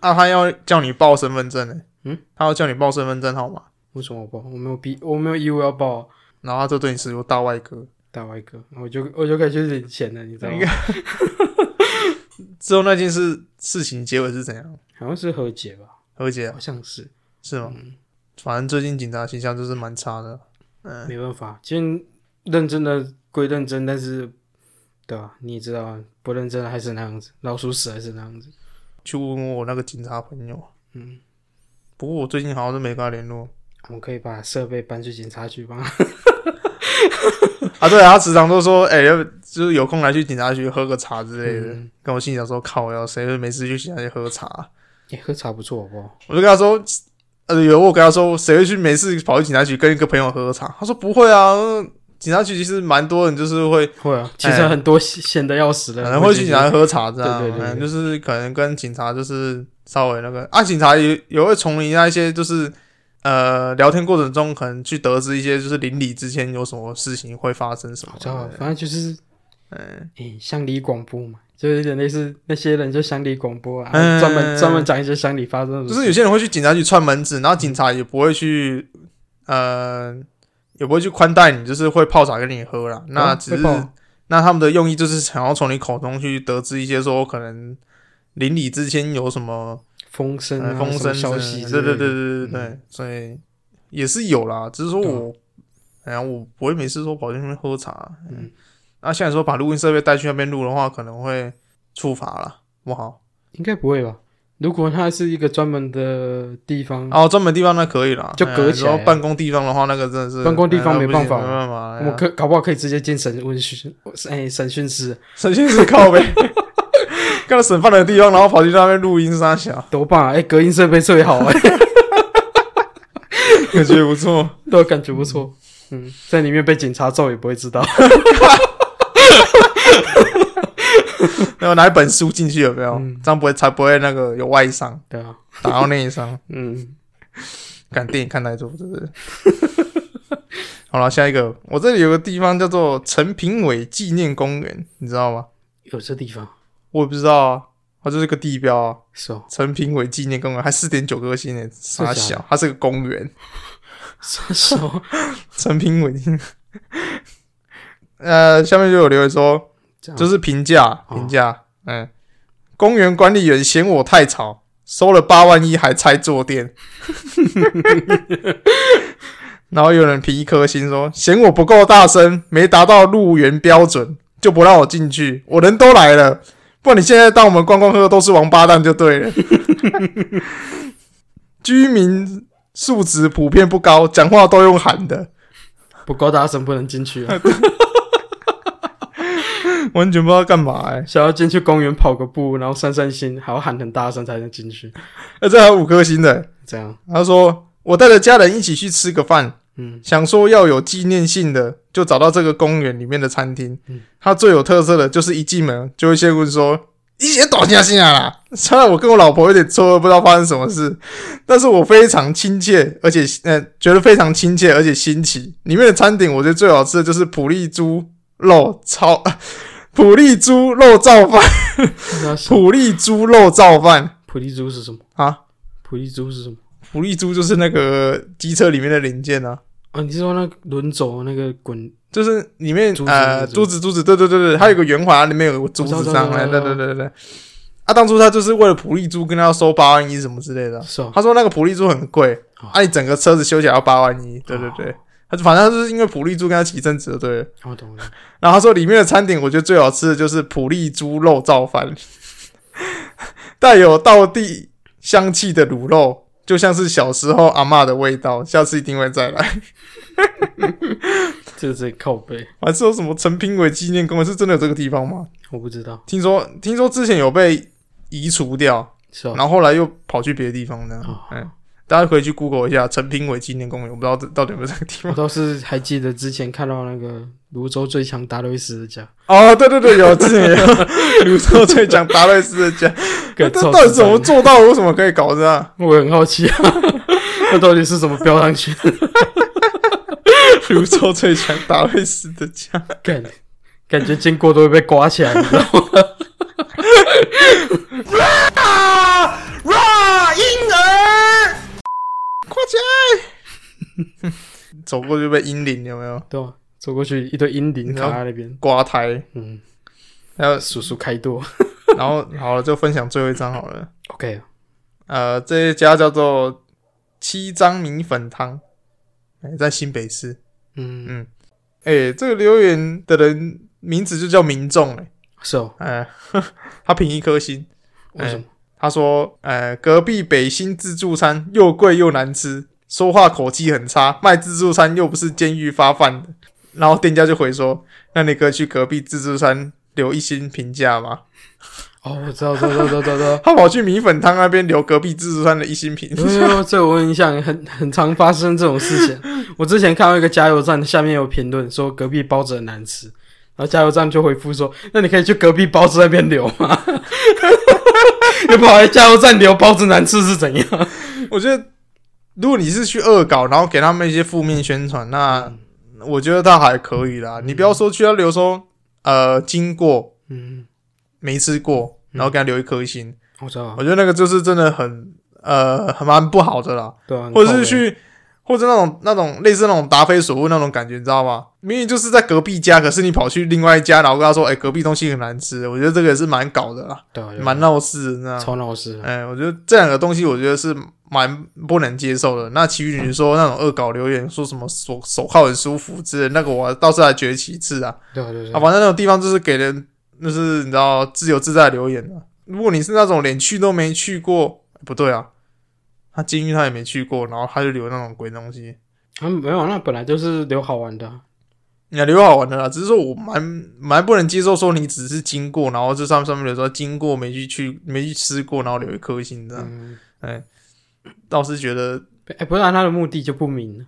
Speaker 2: 啊，他要叫你报身份证呢、欸
Speaker 3: 嗯，
Speaker 2: 他要叫你报身份证号码，
Speaker 3: 为什么我报？我没有逼，我没有义务要报啊。
Speaker 2: 然后他就对你使出大外哥。
Speaker 3: 大外哥，我就我就可以去领钱了，你知道吗
Speaker 2: 应？之后那件事事情结尾是怎样？
Speaker 3: 好像是和解吧，
Speaker 2: 和解啊
Speaker 3: 好像是，
Speaker 2: 是吗？
Speaker 3: 嗯
Speaker 2: 反正最近警察形象就是蛮差的。啊哎
Speaker 3: 没办法，今天认真的归认真，但是，对吧、你也知道，不认真还是那样子，老鼠屎还是那样子。
Speaker 2: 去问我那个警察朋友，
Speaker 3: 嗯，
Speaker 2: 不过我最近好像是没跟他联络
Speaker 3: 我们可以把设备搬去警察局吧。
Speaker 2: 啊。对啊，他时常都说，哎、要就是有空来去警察局喝个茶之类的。
Speaker 3: 嗯
Speaker 2: 跟我心里想说，靠呀，谁会没事去警察局喝茶啊、
Speaker 3: 你、喝茶不错，好不好？
Speaker 2: 我就跟他说，呃，有我跟他说，谁会去没事跑去警察局跟一个朋友喝茶？他说不会啊，警察局其实蛮多人就是会
Speaker 3: 会啊，其实
Speaker 2: 哎
Speaker 3: 很多闲闲的要死的
Speaker 2: 可
Speaker 3: 人，
Speaker 2: 能会哎去警察喝茶这样，
Speaker 3: 对对对对
Speaker 2: 嗯就是可能跟警察就是稍微那个啊，警察也也会从你那一些就是呃聊天过程中可能去得知一些就是邻里之间有什么事情会发生什么
Speaker 3: 我知道
Speaker 2: 的，，
Speaker 3: 反正就是
Speaker 2: 嗯，
Speaker 3: 诶乡里广播嘛，就是有点类似那些人就乡里广播啊，
Speaker 2: 嗯
Speaker 3: 专门专门讲一些乡里发生的
Speaker 2: 就
Speaker 3: 事，
Speaker 2: 是有些人会去警察局串门子，然后警察也不会去呃也不会去宽待你，就是会泡茶给你喝啦，那
Speaker 3: 啊
Speaker 2: 只是、
Speaker 3: 会报
Speaker 2: 那他们的用意就是想要从你口中去得知一些说可能邻里之间有什么。
Speaker 3: 风声啊
Speaker 2: 呃，风
Speaker 3: 什
Speaker 2: 声
Speaker 3: 么消
Speaker 2: 之类
Speaker 3: 息
Speaker 2: 的
Speaker 3: 之
Speaker 2: 对
Speaker 3: 类
Speaker 2: 对
Speaker 3: 的嗯
Speaker 2: 对对对对，所以也是有啦，只是说
Speaker 3: 对啊
Speaker 2: 我，哎呀，我不会每次说跑去那边喝茶，
Speaker 3: 嗯，
Speaker 2: 那现在说把录音设备带去那边录的话，可能会处罚啦，不好。
Speaker 3: 应该不会吧？如果它是一个专门的地方，
Speaker 2: 然后哦专门地方那可以啦，哎
Speaker 3: 嗯就隔起来
Speaker 2: 然后办公地方的话，那个真的是
Speaker 3: 办公地方
Speaker 2: 哎那
Speaker 3: 没
Speaker 2: 不
Speaker 3: 办
Speaker 2: 行
Speaker 3: 法
Speaker 2: 没办法，
Speaker 3: 我
Speaker 2: 哎呀
Speaker 3: 们可搞不好可以直接进审问室，哎，审讯室
Speaker 2: 省心是靠 呗，干了省饭的地方，然后跑去那边录音三小，
Speaker 3: 多棒啊！哎，隔音设备最好哎，
Speaker 2: 感觉不错。
Speaker 3: 都感觉不错。嗯，在里面被警察揍也不会知道。
Speaker 2: 然后拿一本书进去有没有
Speaker 3: 嗯？
Speaker 2: 这样不会才不会那个有外伤，
Speaker 3: 对啊，
Speaker 2: 打到内伤。
Speaker 3: 嗯，
Speaker 2: 看电影看太多，真是。好了，下一个，我这里有个地方叫做陈平伟纪念公园，你知道吗？
Speaker 3: 有这地方
Speaker 2: 我也不知道啊，它就是个地标啊，
Speaker 3: 是哦，
Speaker 2: 陈平伟纪念公园还四点九颗星呢，傻
Speaker 3: 是假
Speaker 2: 小，它是个公园，
Speaker 3: 是是哦，
Speaker 2: 陈平伟纪念。 呃，下面就有留言说，
Speaker 3: 这样
Speaker 2: 就是评价
Speaker 3: 啊哦
Speaker 2: 评价，嗯，公园管理员嫌我太吵，收了八万一还拆坐垫。 然后有人评一颗星说嫌我不够大声，没达到入园标准，就不让我进去。我人都来了，不然你现在当我们观光客都是王八蛋就对了。 居民素质普遍不高，讲话都用喊的，
Speaker 3: 不够大声不能进去 啊，
Speaker 2: 完全不知道干嘛哎、欸。
Speaker 3: 想要进去公园跑个步，然后散散心，还要喊很大声才能进去，
Speaker 2: 那这还有五颗星的、
Speaker 3: 这样，
Speaker 2: 他说：“我带着家人一起去吃个饭，
Speaker 3: 嗯，
Speaker 2: 想说要有纪念性的，就找到这个公园里面的餐厅。
Speaker 3: 嗯
Speaker 2: 它最有特色的就是一进门就会先问说：‘你先倒下心啊啦！’虽然我跟我老婆有点错愕，不知道发生什么事，但是我非常亲切，而且呃觉得非常亲切，而且新奇。里面的餐点我觉得最好吃的就是普利猪肉炒 普利猪肉燥饭，
Speaker 3: 那
Speaker 2: 普利猪肉燥饭
Speaker 3: 普利珠是什么？
Speaker 2: 啊。”
Speaker 3: 普利珠是什么？
Speaker 2: 普利珠就是那个机车里面的零件啊，
Speaker 3: 啊，你是说那个轮轴那个滚？
Speaker 2: 就是里面
Speaker 3: 珠子
Speaker 2: 呃
Speaker 3: 珠
Speaker 2: 珠子珠子，对对对对，它有个圆环，里面有个珠子章，
Speaker 3: 我知
Speaker 2: 哎对
Speaker 3: 道知道
Speaker 2: 对对对对。啊，当初他就是为了普利珠跟他要收八万一什么之类的，
Speaker 3: 是哦，
Speaker 2: 他说那个普利珠很贵，
Speaker 3: 哦
Speaker 2: 啊，你整个车子修起来要八万一，对对对。他就反正他就是因为普利珠跟他起争执，对了。
Speaker 3: 我哦懂了。
Speaker 2: 然后他说里面的餐点，我觉得最好吃的就是普利猪肉燥饭， 带有道地香气的卤肉，就像是小时候阿嬷的味道。下次一定会再来。
Speaker 3: 这个是靠背，
Speaker 2: 还是有什么陈平伟纪念公园是真的有这个地方吗？
Speaker 3: 我不知道，
Speaker 2: 听说听说之前有被移除掉，
Speaker 3: 是哦
Speaker 2: 然，后后来又跑去别的地方呢
Speaker 3: 哦。
Speaker 2: 嗯、大家可以去 Google 一下陈平伟纪念公园，我不知道这到底有没有这个地
Speaker 3: 我
Speaker 2: 方。
Speaker 3: 倒是还记得之前看到那个泸州最强达瑞斯的家，
Speaker 2: 哦，对对对， 有之前有，泸州最强达瑞斯的 家，
Speaker 3: 跟
Speaker 2: 这到底怎么做到？为什么可以搞这样？
Speaker 3: 我很好 奇啊，那到底是怎么飙上去的？
Speaker 2: 泸州最强达瑞斯的家，
Speaker 3: 感感觉经过都会被刮起来，你 知道吗？
Speaker 2: 啊，ra 婴儿，快起来！ 走过去被阴灵有没有
Speaker 3: 对吧？走过去一堆阴灵卡在那边，
Speaker 2: 刮胎？
Speaker 3: 嗯，
Speaker 2: 还有
Speaker 3: 叔叔开剁
Speaker 2: 然后好了，就分享最后一张好了。
Speaker 3: ，OK，
Speaker 2: 呃，这一家叫做七张米粉汤，哎、在新北市。
Speaker 3: 嗯，
Speaker 2: 哎、这个留言的人名字就叫民众、欸，
Speaker 3: 是哦，
Speaker 2: 哎、 呵呵他评一颗星。
Speaker 3: 为什么？
Speaker 2: 他说，呃，隔壁北新自助餐又贵又难吃，说话口气很差，卖自助餐又不是监狱发饭的。然后店家就回说，那你可以去隔壁自助餐留一星评价吗？
Speaker 3: 哦，我知道，知道，知道，知道，知道。
Speaker 2: 他跑去米粉汤那边留隔壁自助餐的一星评
Speaker 3: 因
Speaker 2: 价，
Speaker 3: 为这我印象很很常发生这种事情。我之前看到一个加油站下面有评论说隔壁包子很难吃，然后加油站就回复说：“那你可以去隔壁包子那边留 吗？”你跑来加油站留包子难吃是怎样？
Speaker 2: 我觉得如果你是去恶搞，然后给他们一些负面宣传，那
Speaker 3: 嗯
Speaker 2: 我觉得他还可以啦。你不要说去他留说呃经过
Speaker 3: 嗯，
Speaker 2: 没吃过，然后给他留一颗星，
Speaker 3: 我知道啊
Speaker 2: 我，觉得那个就是真的很呃很蛮不好的啦。
Speaker 3: 对啊，
Speaker 2: 或者是
Speaker 3: 很靠
Speaker 2: 去，或者那种那种类似那种答非所问那种感觉，你知道吗？明明就是在隔壁家，可是你跑去另外一家，然后跟他说：“哎、隔壁东西很难吃。”我觉得这个也是蛮搞的啦，
Speaker 3: 北对啊，有
Speaker 2: 蛮闹事的那样。
Speaker 3: 超老实的。
Speaker 2: 哎、我觉得这两个东西，我觉得是蛮不能接受的。那其余你说那种恶搞留言，说什么手手铐很舒服之类的，那个我倒是还觉得其次啊。
Speaker 3: 对啊，对啊
Speaker 2: 啊，
Speaker 3: 对啊，
Speaker 2: 反正那种地方就是给人，就是你知道自由自在的留言啊。如果你是那种连去都没去过，不对啊，他监狱他也没去过，然后他就留那种鬼东西，
Speaker 3: 啊没有，那本来就是留好玩的啊。
Speaker 2: 你留好玩的啦。只是说我蛮蛮不能接受，说你只是经过，然后这上上面留说经过没去去没去吃过，然后留一颗星这样，
Speaker 3: 嗯，
Speaker 2: 倒是觉得
Speaker 3: 哎，不然他的目的就不明了，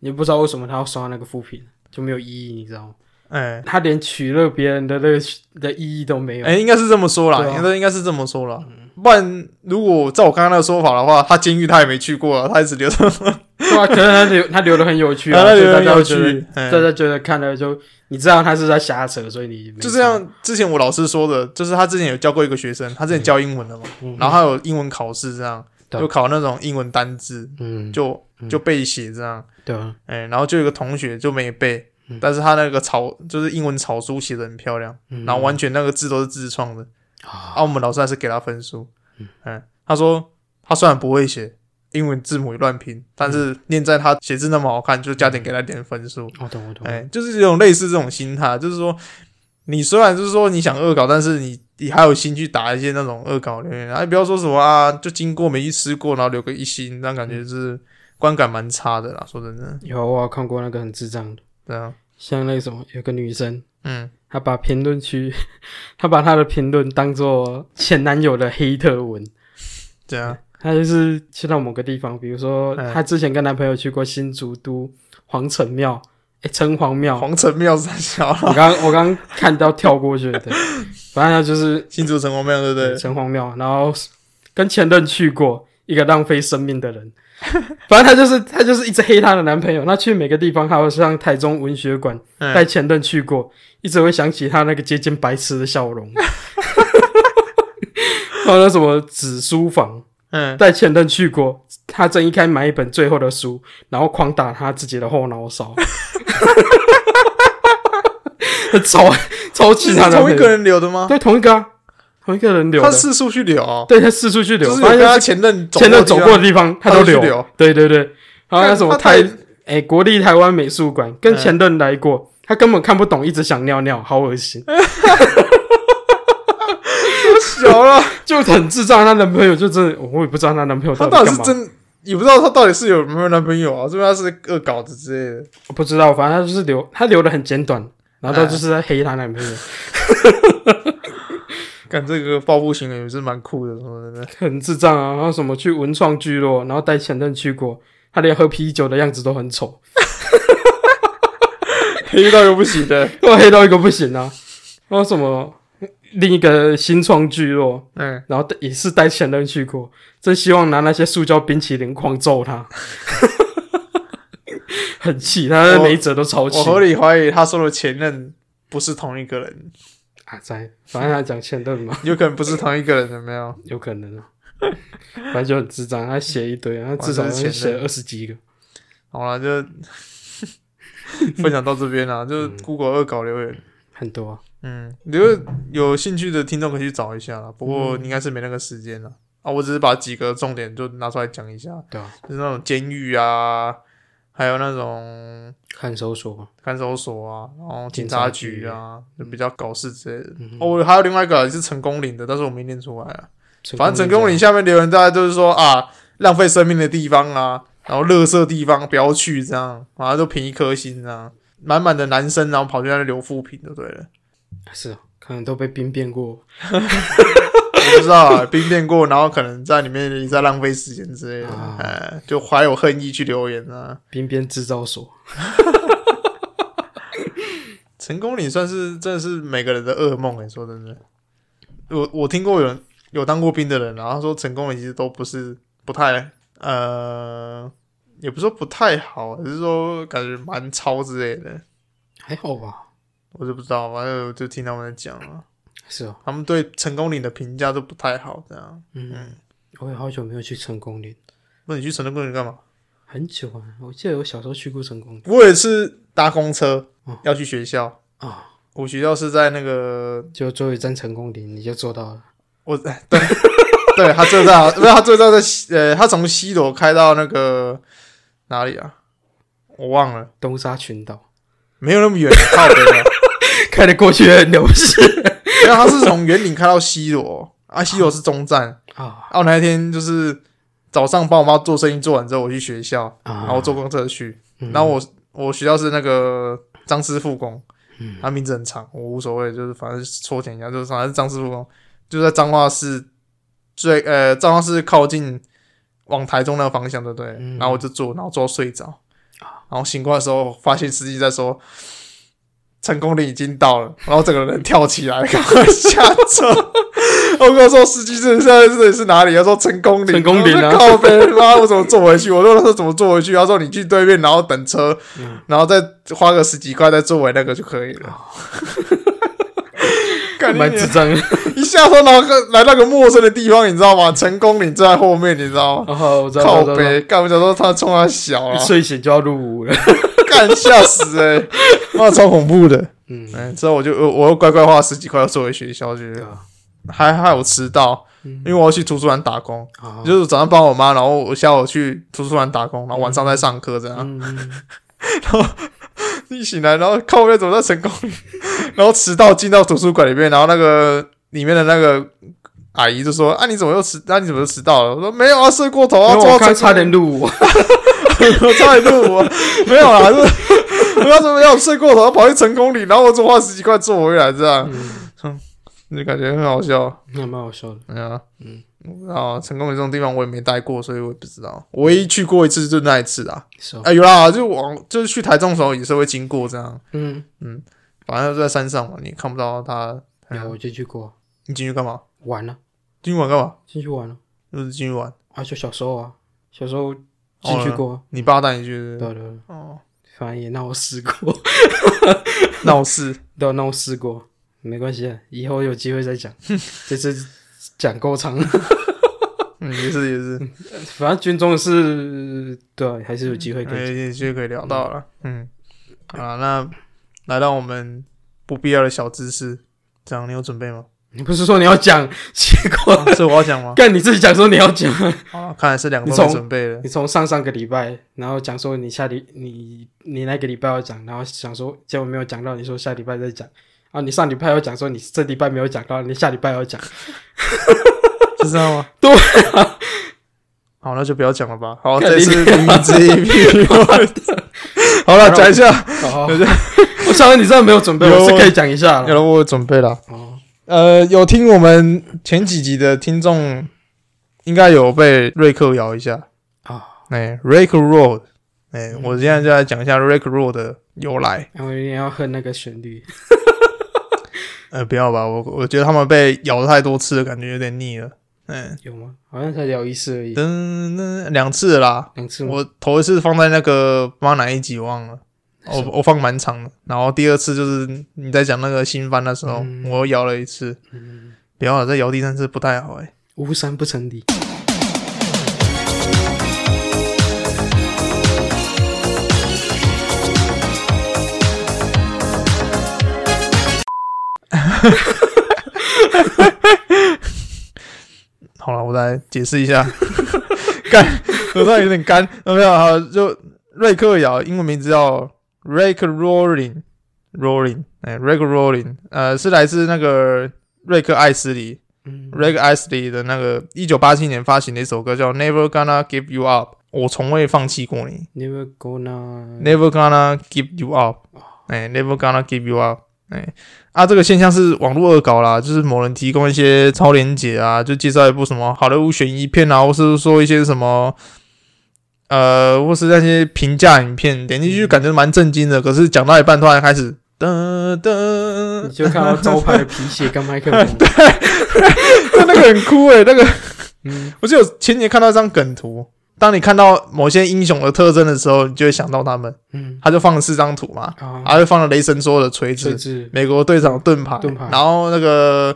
Speaker 3: 你不知道为什么他要刷那个负评，就没有意义，你知道吗？
Speaker 2: 哎
Speaker 3: 他连取乐别人的乐趣的意义都没有。
Speaker 2: 哎，应该是这么说啦，
Speaker 3: 对啊
Speaker 2: 应该应该是这么说啦。不然如果照我刚刚那个说法的话，他监狱他也没去过啊，他一直留着，
Speaker 3: 对啊，可是他留他留的很有趣 啊，
Speaker 2: 他留
Speaker 3: 所以大
Speaker 2: 着
Speaker 3: 家
Speaker 2: 要
Speaker 3: 会觉得，
Speaker 2: 去，哎
Speaker 3: 大家觉得看了就你知道他是在瞎扯，所以你没
Speaker 2: 就
Speaker 3: 差
Speaker 2: 这，样，之前我老师说的，就是他之前有教过一个学生，他之前教英文的嘛，
Speaker 3: 嗯
Speaker 2: 然后他有英文考试，这样
Speaker 3: 对
Speaker 2: 就考那种英文单字，
Speaker 3: 嗯，
Speaker 2: 就
Speaker 3: 嗯
Speaker 2: 就背写这样，
Speaker 3: 对啊，
Speaker 2: 哎、然后就有一个同学就没背
Speaker 3: 嗯，
Speaker 2: 但是他那个草就是英文草书写的很漂亮，
Speaker 3: 嗯
Speaker 2: 然后完全那个字都是自创的，
Speaker 3: 啊，
Speaker 2: 啊，我们老师还是给他分数，嗯，他说他虽然不会写英文字母乱拼，但是念在他写字那么好看，就加点给他点分数，
Speaker 3: 我懂我懂，
Speaker 2: 哎、就是这种类似这种心态，就是说，你虽然就是说你想恶搞，但是你你还有心去打一些那种恶搞留言，哎，不要说什么啊，就经过没去吃过，然后留个一星，那感觉是观感蛮差的啦。说真的，
Speaker 3: 有啊我有看过那个很智障的，
Speaker 2: 对啊，
Speaker 3: 像那个什么，有个女生，
Speaker 2: 嗯，
Speaker 3: 她把评论区， 她把她的评论当做前男友的黑特文。
Speaker 2: 对啊，
Speaker 3: 她就是去到某个地方，比如说
Speaker 2: 嗯
Speaker 3: 她之前跟男朋友去过新竹都皇城庙，哎、城隍庙，
Speaker 2: 皇城庙三小啦，
Speaker 3: 我刚我刚看到跳过去的，对反正她就是
Speaker 2: 新竹城隍庙，对不对？
Speaker 3: 城隍庙，然后跟前任去过，一个浪费生命的人。 反正她就是她就是一直黑她的男朋友，那去每个地方，还有像台中文学馆
Speaker 2: 嗯
Speaker 3: 带前任去过，一直会想起她那个接近白痴的笑容。 还有那什么紫书房，
Speaker 2: 嗯，
Speaker 3: 带前任去过，她正一开买一本最后的书，然后狂打她自己的后脑勺， 超超气
Speaker 2: 是
Speaker 3: 她男
Speaker 2: 同
Speaker 3: 朋
Speaker 2: 一
Speaker 3: 友
Speaker 2: 个人留的吗？
Speaker 3: 对，同一个啊，同一个人留
Speaker 2: 他
Speaker 3: 的，
Speaker 2: 四处去留哦、
Speaker 3: 对他四处去留，
Speaker 2: 就是有
Speaker 3: 反
Speaker 2: 跟
Speaker 3: 正
Speaker 2: 他前任
Speaker 3: 前任
Speaker 2: 走
Speaker 3: 走过
Speaker 2: 过
Speaker 3: 的地方，他
Speaker 2: 他
Speaker 3: 都
Speaker 2: 都去
Speaker 3: 留。
Speaker 2: 留
Speaker 3: 对对对，还有那什么
Speaker 2: 他太
Speaker 3: 台哎、国立台湾美术馆跟
Speaker 2: 嗯
Speaker 3: 前任来过，他根本看不懂，一直想尿尿，好恶心，
Speaker 2: 嗯小 了，
Speaker 3: 就很智障。她男朋友就真的，我也不知道她男朋友
Speaker 2: 他
Speaker 3: 到
Speaker 2: 到
Speaker 3: 底
Speaker 2: 底
Speaker 3: 干
Speaker 2: 是
Speaker 3: 嘛，
Speaker 2: 真，也不知道他到底是有没有男朋友啊？是不是他是恶搞子之类的？
Speaker 3: 我不知道，反正他就是留，他留的很简短。然后他
Speaker 2: 嗯
Speaker 3: 就是在黑她男朋友，
Speaker 2: 干这个报复行为也是蛮酷的，说真的。
Speaker 3: 很智障啊！然后什么去文创聚落，然后带前任去过，他连喝啤酒的样子都很丑，
Speaker 2: 黑到又不行 的。
Speaker 3: 我黑到一个不行啊！然后什么另一个新创聚落，
Speaker 2: 嗯，
Speaker 3: 然后也是带前任去过，真希望拿那些塑胶冰淇淋狂揍他， 很气，他的每一则都超气
Speaker 2: 我合理怀疑他说的前任不是同一个人，
Speaker 3: 啊！在，反正他讲前任 嘛，
Speaker 2: 有可能不是同一个人，有没有？
Speaker 3: 有可能啊，反正就很智障，他写一堆，啊他至
Speaker 2: 哇这
Speaker 3: 少
Speaker 2: 是前任
Speaker 3: 写了二十几个，
Speaker 2: 好了，就 分享到这边啦，就
Speaker 3: 嗯
Speaker 2: Google 恶搞留言。
Speaker 3: 很多、啊。
Speaker 2: 嗯，如果有兴趣的听众可以去找一下啦，不过
Speaker 3: 嗯
Speaker 2: 应该是没那个时间了。啊，我只是把几个重点就拿出来讲一下，
Speaker 3: 对啊，
Speaker 2: 就是那种监狱啊，还有那种
Speaker 3: 看守所吧，
Speaker 2: 看守所啊，然后警
Speaker 3: 警
Speaker 2: 察
Speaker 3: 察
Speaker 2: 局
Speaker 3: 局
Speaker 2: 啊，就比较搞事之类的。
Speaker 3: 嗯
Speaker 2: 哦，我还有另外一个也是成功领的，但是我没念出来啊。反正成
Speaker 3: 功
Speaker 2: 功岭
Speaker 3: 领
Speaker 2: 下面留言大家都是说啊，浪费生命的地方啊，然后垃圾地方不要去这样，啊然后就评一颗星这样。满满的男生，然后跑去那里留负评就对了。
Speaker 3: 是啊，可能都被兵变过。
Speaker 2: 我不知道啊，兵变过，然后可能在里面一直在浪费时间之类的，
Speaker 3: 啊
Speaker 2: 哎、就怀有恨意去留言啊。
Speaker 3: 兵变制造所，
Speaker 2: 成功岭算是真的是每个人的噩梦哎、说真的，我我听过有人有当过兵的人，然后说成功岭其实都不是不太呃，也不是说不太好，只是说感觉蛮超之类的，
Speaker 3: 还好吧？
Speaker 2: 我就不知道，反正我就听他们在讲啊，
Speaker 3: 是哦，
Speaker 2: 他们对成功岭的评价都不太好，这样。
Speaker 3: 嗯，我也好久没有去成功岭，
Speaker 2: 那你去成功岭干嘛？
Speaker 3: 很久啊。我记得我小时候去过成功岭
Speaker 2: 我也是搭公车
Speaker 3: 嗯
Speaker 2: 要去学校，
Speaker 3: 啊，
Speaker 2: 我学校是在那个
Speaker 3: 就最后一站成功岭，你就做到了。
Speaker 2: 我 对对，他最大，不是他最大在西呃，他从西罗开到那个哪里啊？我忘了，
Speaker 3: 东沙群 岛
Speaker 2: 没有那么远，靠北的。
Speaker 3: 开得过去的牛市
Speaker 2: 然后他是从园林开到西罗，啊，西罗是中站。
Speaker 3: 啊
Speaker 2: 啊，我那一天就是早上帮我妈做生意做完之后，我去学校，然后
Speaker 3: 啊！
Speaker 2: 坐公车去。
Speaker 3: 嗯
Speaker 2: 然后我我学校是那个张师傅工，
Speaker 3: 嗯
Speaker 2: 他名字很长，我无所谓，就是反正缩减一下，就是反正是张师傅工，就在彰化市最呃彰化市靠近往台中那个方向，对不对？
Speaker 3: 嗯啊
Speaker 2: 然后我就坐，然后坐到睡着，然后醒过来的时候发现司机在说。成功岭已经到了，然后整个人跳起来，赶快下车。 我跟他说：“司机，这现在这里是哪里？”他说：“成功岭。”
Speaker 3: 成功岭啊
Speaker 2: 我说靠北，妈，我怎么坐回去？我说：“他说怎么坐回去？”他说：“你去对面，然后等车，
Speaker 3: 嗯
Speaker 2: 然后再花个十几块再作为那个就可以了。 干你
Speaker 3: 哦
Speaker 2: 啊
Speaker 3: 蛮智 障的。
Speaker 2: 娘一下车，然后跟来到个陌生的地方，你知道吗？成功岭就在后面，你知道吗？
Speaker 3: 然哦后我知道，
Speaker 2: 靠
Speaker 3: 我知道
Speaker 2: 背，干我想说他冲他小
Speaker 3: 一
Speaker 2: 啊，
Speaker 3: 睡醒就要入伍了。
Speaker 2: 干吓死哎、欸，哇，超恐怖的。
Speaker 3: 嗯，
Speaker 2: 嗯，之后我就我我又乖乖花十几块要作为学校去
Speaker 3: 对，啊，
Speaker 2: 还还有迟到，
Speaker 3: 嗯哦
Speaker 2: 因为我要去图书馆打工，
Speaker 3: 好，
Speaker 2: 就是早上帮我妈，然后我下午去图书馆打工，然后晚上再上课这 样。
Speaker 3: 嗯，嗯
Speaker 2: 一醒来，然后靠背怎么在成功里，然后迟到进到图书馆里面，然后那个里面的那个阿姨就说：“啊，你怎么又迟？啊，你怎么又迟到了？”我说：“没有啊，睡过头啊，
Speaker 3: 因为
Speaker 2: 做
Speaker 3: 哦
Speaker 2: 到
Speaker 3: 我刚
Speaker 2: 成
Speaker 3: 差点入伍，
Speaker 2: 我差点吐我，没有啦，是我要说没有睡过头，跑去成功里，然后我只花十几块坐回来这样，就感觉很好笑。
Speaker 3: 嗯那蛮好笑的。
Speaker 2: 哎呀，
Speaker 3: 嗯，
Speaker 2: 我不知道成功里这种地方我也没待过，所以我也不知道。我唯一去过一次就那一次啊，
Speaker 3: 是嗯哦
Speaker 2: 啊、，有啦，就往就是去台中的时候也是会经过这样。”
Speaker 3: 嗯，
Speaker 2: 反正就在山上嘛，你看不到它。
Speaker 3: 然后我就去过
Speaker 2: 你进去干嘛？
Speaker 3: 玩了，
Speaker 2: 进去玩干嘛？
Speaker 3: 进去玩了。
Speaker 2: 就是进去玩。
Speaker 3: 啊，就小时候啊，小时候进去过啊，
Speaker 2: 你爸带你去是
Speaker 3: 对
Speaker 2: 不是
Speaker 3: 对对，
Speaker 2: 哦，
Speaker 3: 反正也闹事过，
Speaker 2: 闹事。
Speaker 3: 都有闹事过，没关系啊，以后有机会再 讲。这次讲够长，
Speaker 2: 嗯，也是也是，
Speaker 3: 反正军中的事，对啊、还是有机会可以
Speaker 2: 哎
Speaker 3: 讲。
Speaker 2: 也许可以聊到了。嗯，好啦，那来到我们不必要的小知识，这样你有准备 吗？
Speaker 3: 你不是说你要讲，结果？
Speaker 2: 啊这我要讲吗
Speaker 3: 干你自己讲说你要讲，
Speaker 2: 好啦看来是两个
Speaker 3: 你
Speaker 2: 都
Speaker 3: 从
Speaker 2: 没准备了。
Speaker 3: 你从上上个礼拜，然后讲说你下礼你你那个礼拜要讲，然后想说结果没有讲到，你说下礼拜再讲。啊，你上礼拜要讲说你这礼拜没有讲到，你下礼拜要讲。
Speaker 2: 是这 样吗？
Speaker 3: 对
Speaker 2: 啊好，那就不要讲了吧。好，
Speaker 3: 看
Speaker 2: 这
Speaker 3: 你
Speaker 2: 次名字一批。好了，讲一下，
Speaker 3: 哦，我想说你真的没有准备，
Speaker 2: 有
Speaker 3: 我是可以讲一下
Speaker 2: 有
Speaker 3: 了。
Speaker 2: 了，我有准备了。
Speaker 3: 哦，
Speaker 2: 呃，有听我们前几集的听众，应该有被瑞克摇一下
Speaker 3: 啊。
Speaker 2: 哎、瑞克 Road，哎、我现在就来讲一下瑞克 Road 的由来。
Speaker 3: 然后一定要哼那个旋律。
Speaker 2: 呃，不要吧，我我觉得他们被咬太多次了，感觉有点腻了。嗯、
Speaker 3: 有吗？好像才聊一次而已，
Speaker 2: 噔噔，两次了啦。
Speaker 3: 两次吗？
Speaker 2: 我头一次放在那个不知道哪一集忘了，我
Speaker 3: 是吗
Speaker 2: 我放蛮长的。然后第二次就是你在讲那个新番的时候，
Speaker 3: 嗯
Speaker 2: 我又摇了一次。不要了，再摇第三次不太好哎、
Speaker 3: 无三不成礼。
Speaker 2: 好了，我来解释一 下，干，我突然有点干，有没有？好，就瑞克摇，英文名字叫 Rick Rolling，Rolling，哎、r i c k Rolling，呃，是来自那个瑞克艾斯里
Speaker 3: 嗯，
Speaker 2: ，Rick Astley 的那个一九八七年发行的一首歌叫 Never Gonna Give You Up，我从未放弃过你
Speaker 3: 你们 gonna
Speaker 2: ，Never Gonna Give You Up，哎、n e v e r Gonna Give You Up，啊，这个现象是网络恶搞啦，就是某人提供一些超连结啊，就介绍一部什么好莱坞悬疑片啊，或是说一些什么，呃，或是那些评价影片，点进去感觉蛮震惊的，可是讲到一半突然开始噔
Speaker 3: 你
Speaker 2: 噔，
Speaker 3: 就看到招牌的皮鞋跟麦克风，
Speaker 2: 那个很酷诶、欸那个
Speaker 3: 嗯，
Speaker 2: 我记得前年看到一张梗图，当你看到某些英雄的特征的时候，你就会想到他们，
Speaker 3: 嗯
Speaker 2: 他就放了四张图嘛，
Speaker 3: 啊，
Speaker 2: 还会放了雷神说的锤
Speaker 3: 甚
Speaker 2: 子，
Speaker 3: 至
Speaker 2: 美国队长的盾牌
Speaker 3: 盾牌，
Speaker 2: 然后那个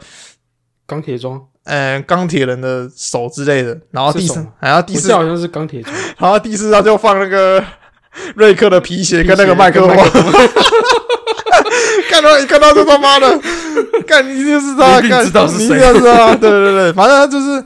Speaker 3: 钢铁装，
Speaker 2: 嗯，钢铁人的手之类的，然后第
Speaker 3: 是手
Speaker 2: 三
Speaker 3: 吗，
Speaker 2: 然后
Speaker 3: 我
Speaker 2: 第
Speaker 3: 记
Speaker 2: 四，
Speaker 3: 得
Speaker 2: 然
Speaker 3: 好像是 钢铁装，
Speaker 2: 后第四张就放那个 瑞克的皮鞋跟那个麦 克
Speaker 3: 皮鞋
Speaker 2: 风， 看到一看到就他妈的，看你就是他，
Speaker 3: 你一定
Speaker 2: 看
Speaker 3: 知道是谁
Speaker 2: 你一定要知道，对对对，反正他就是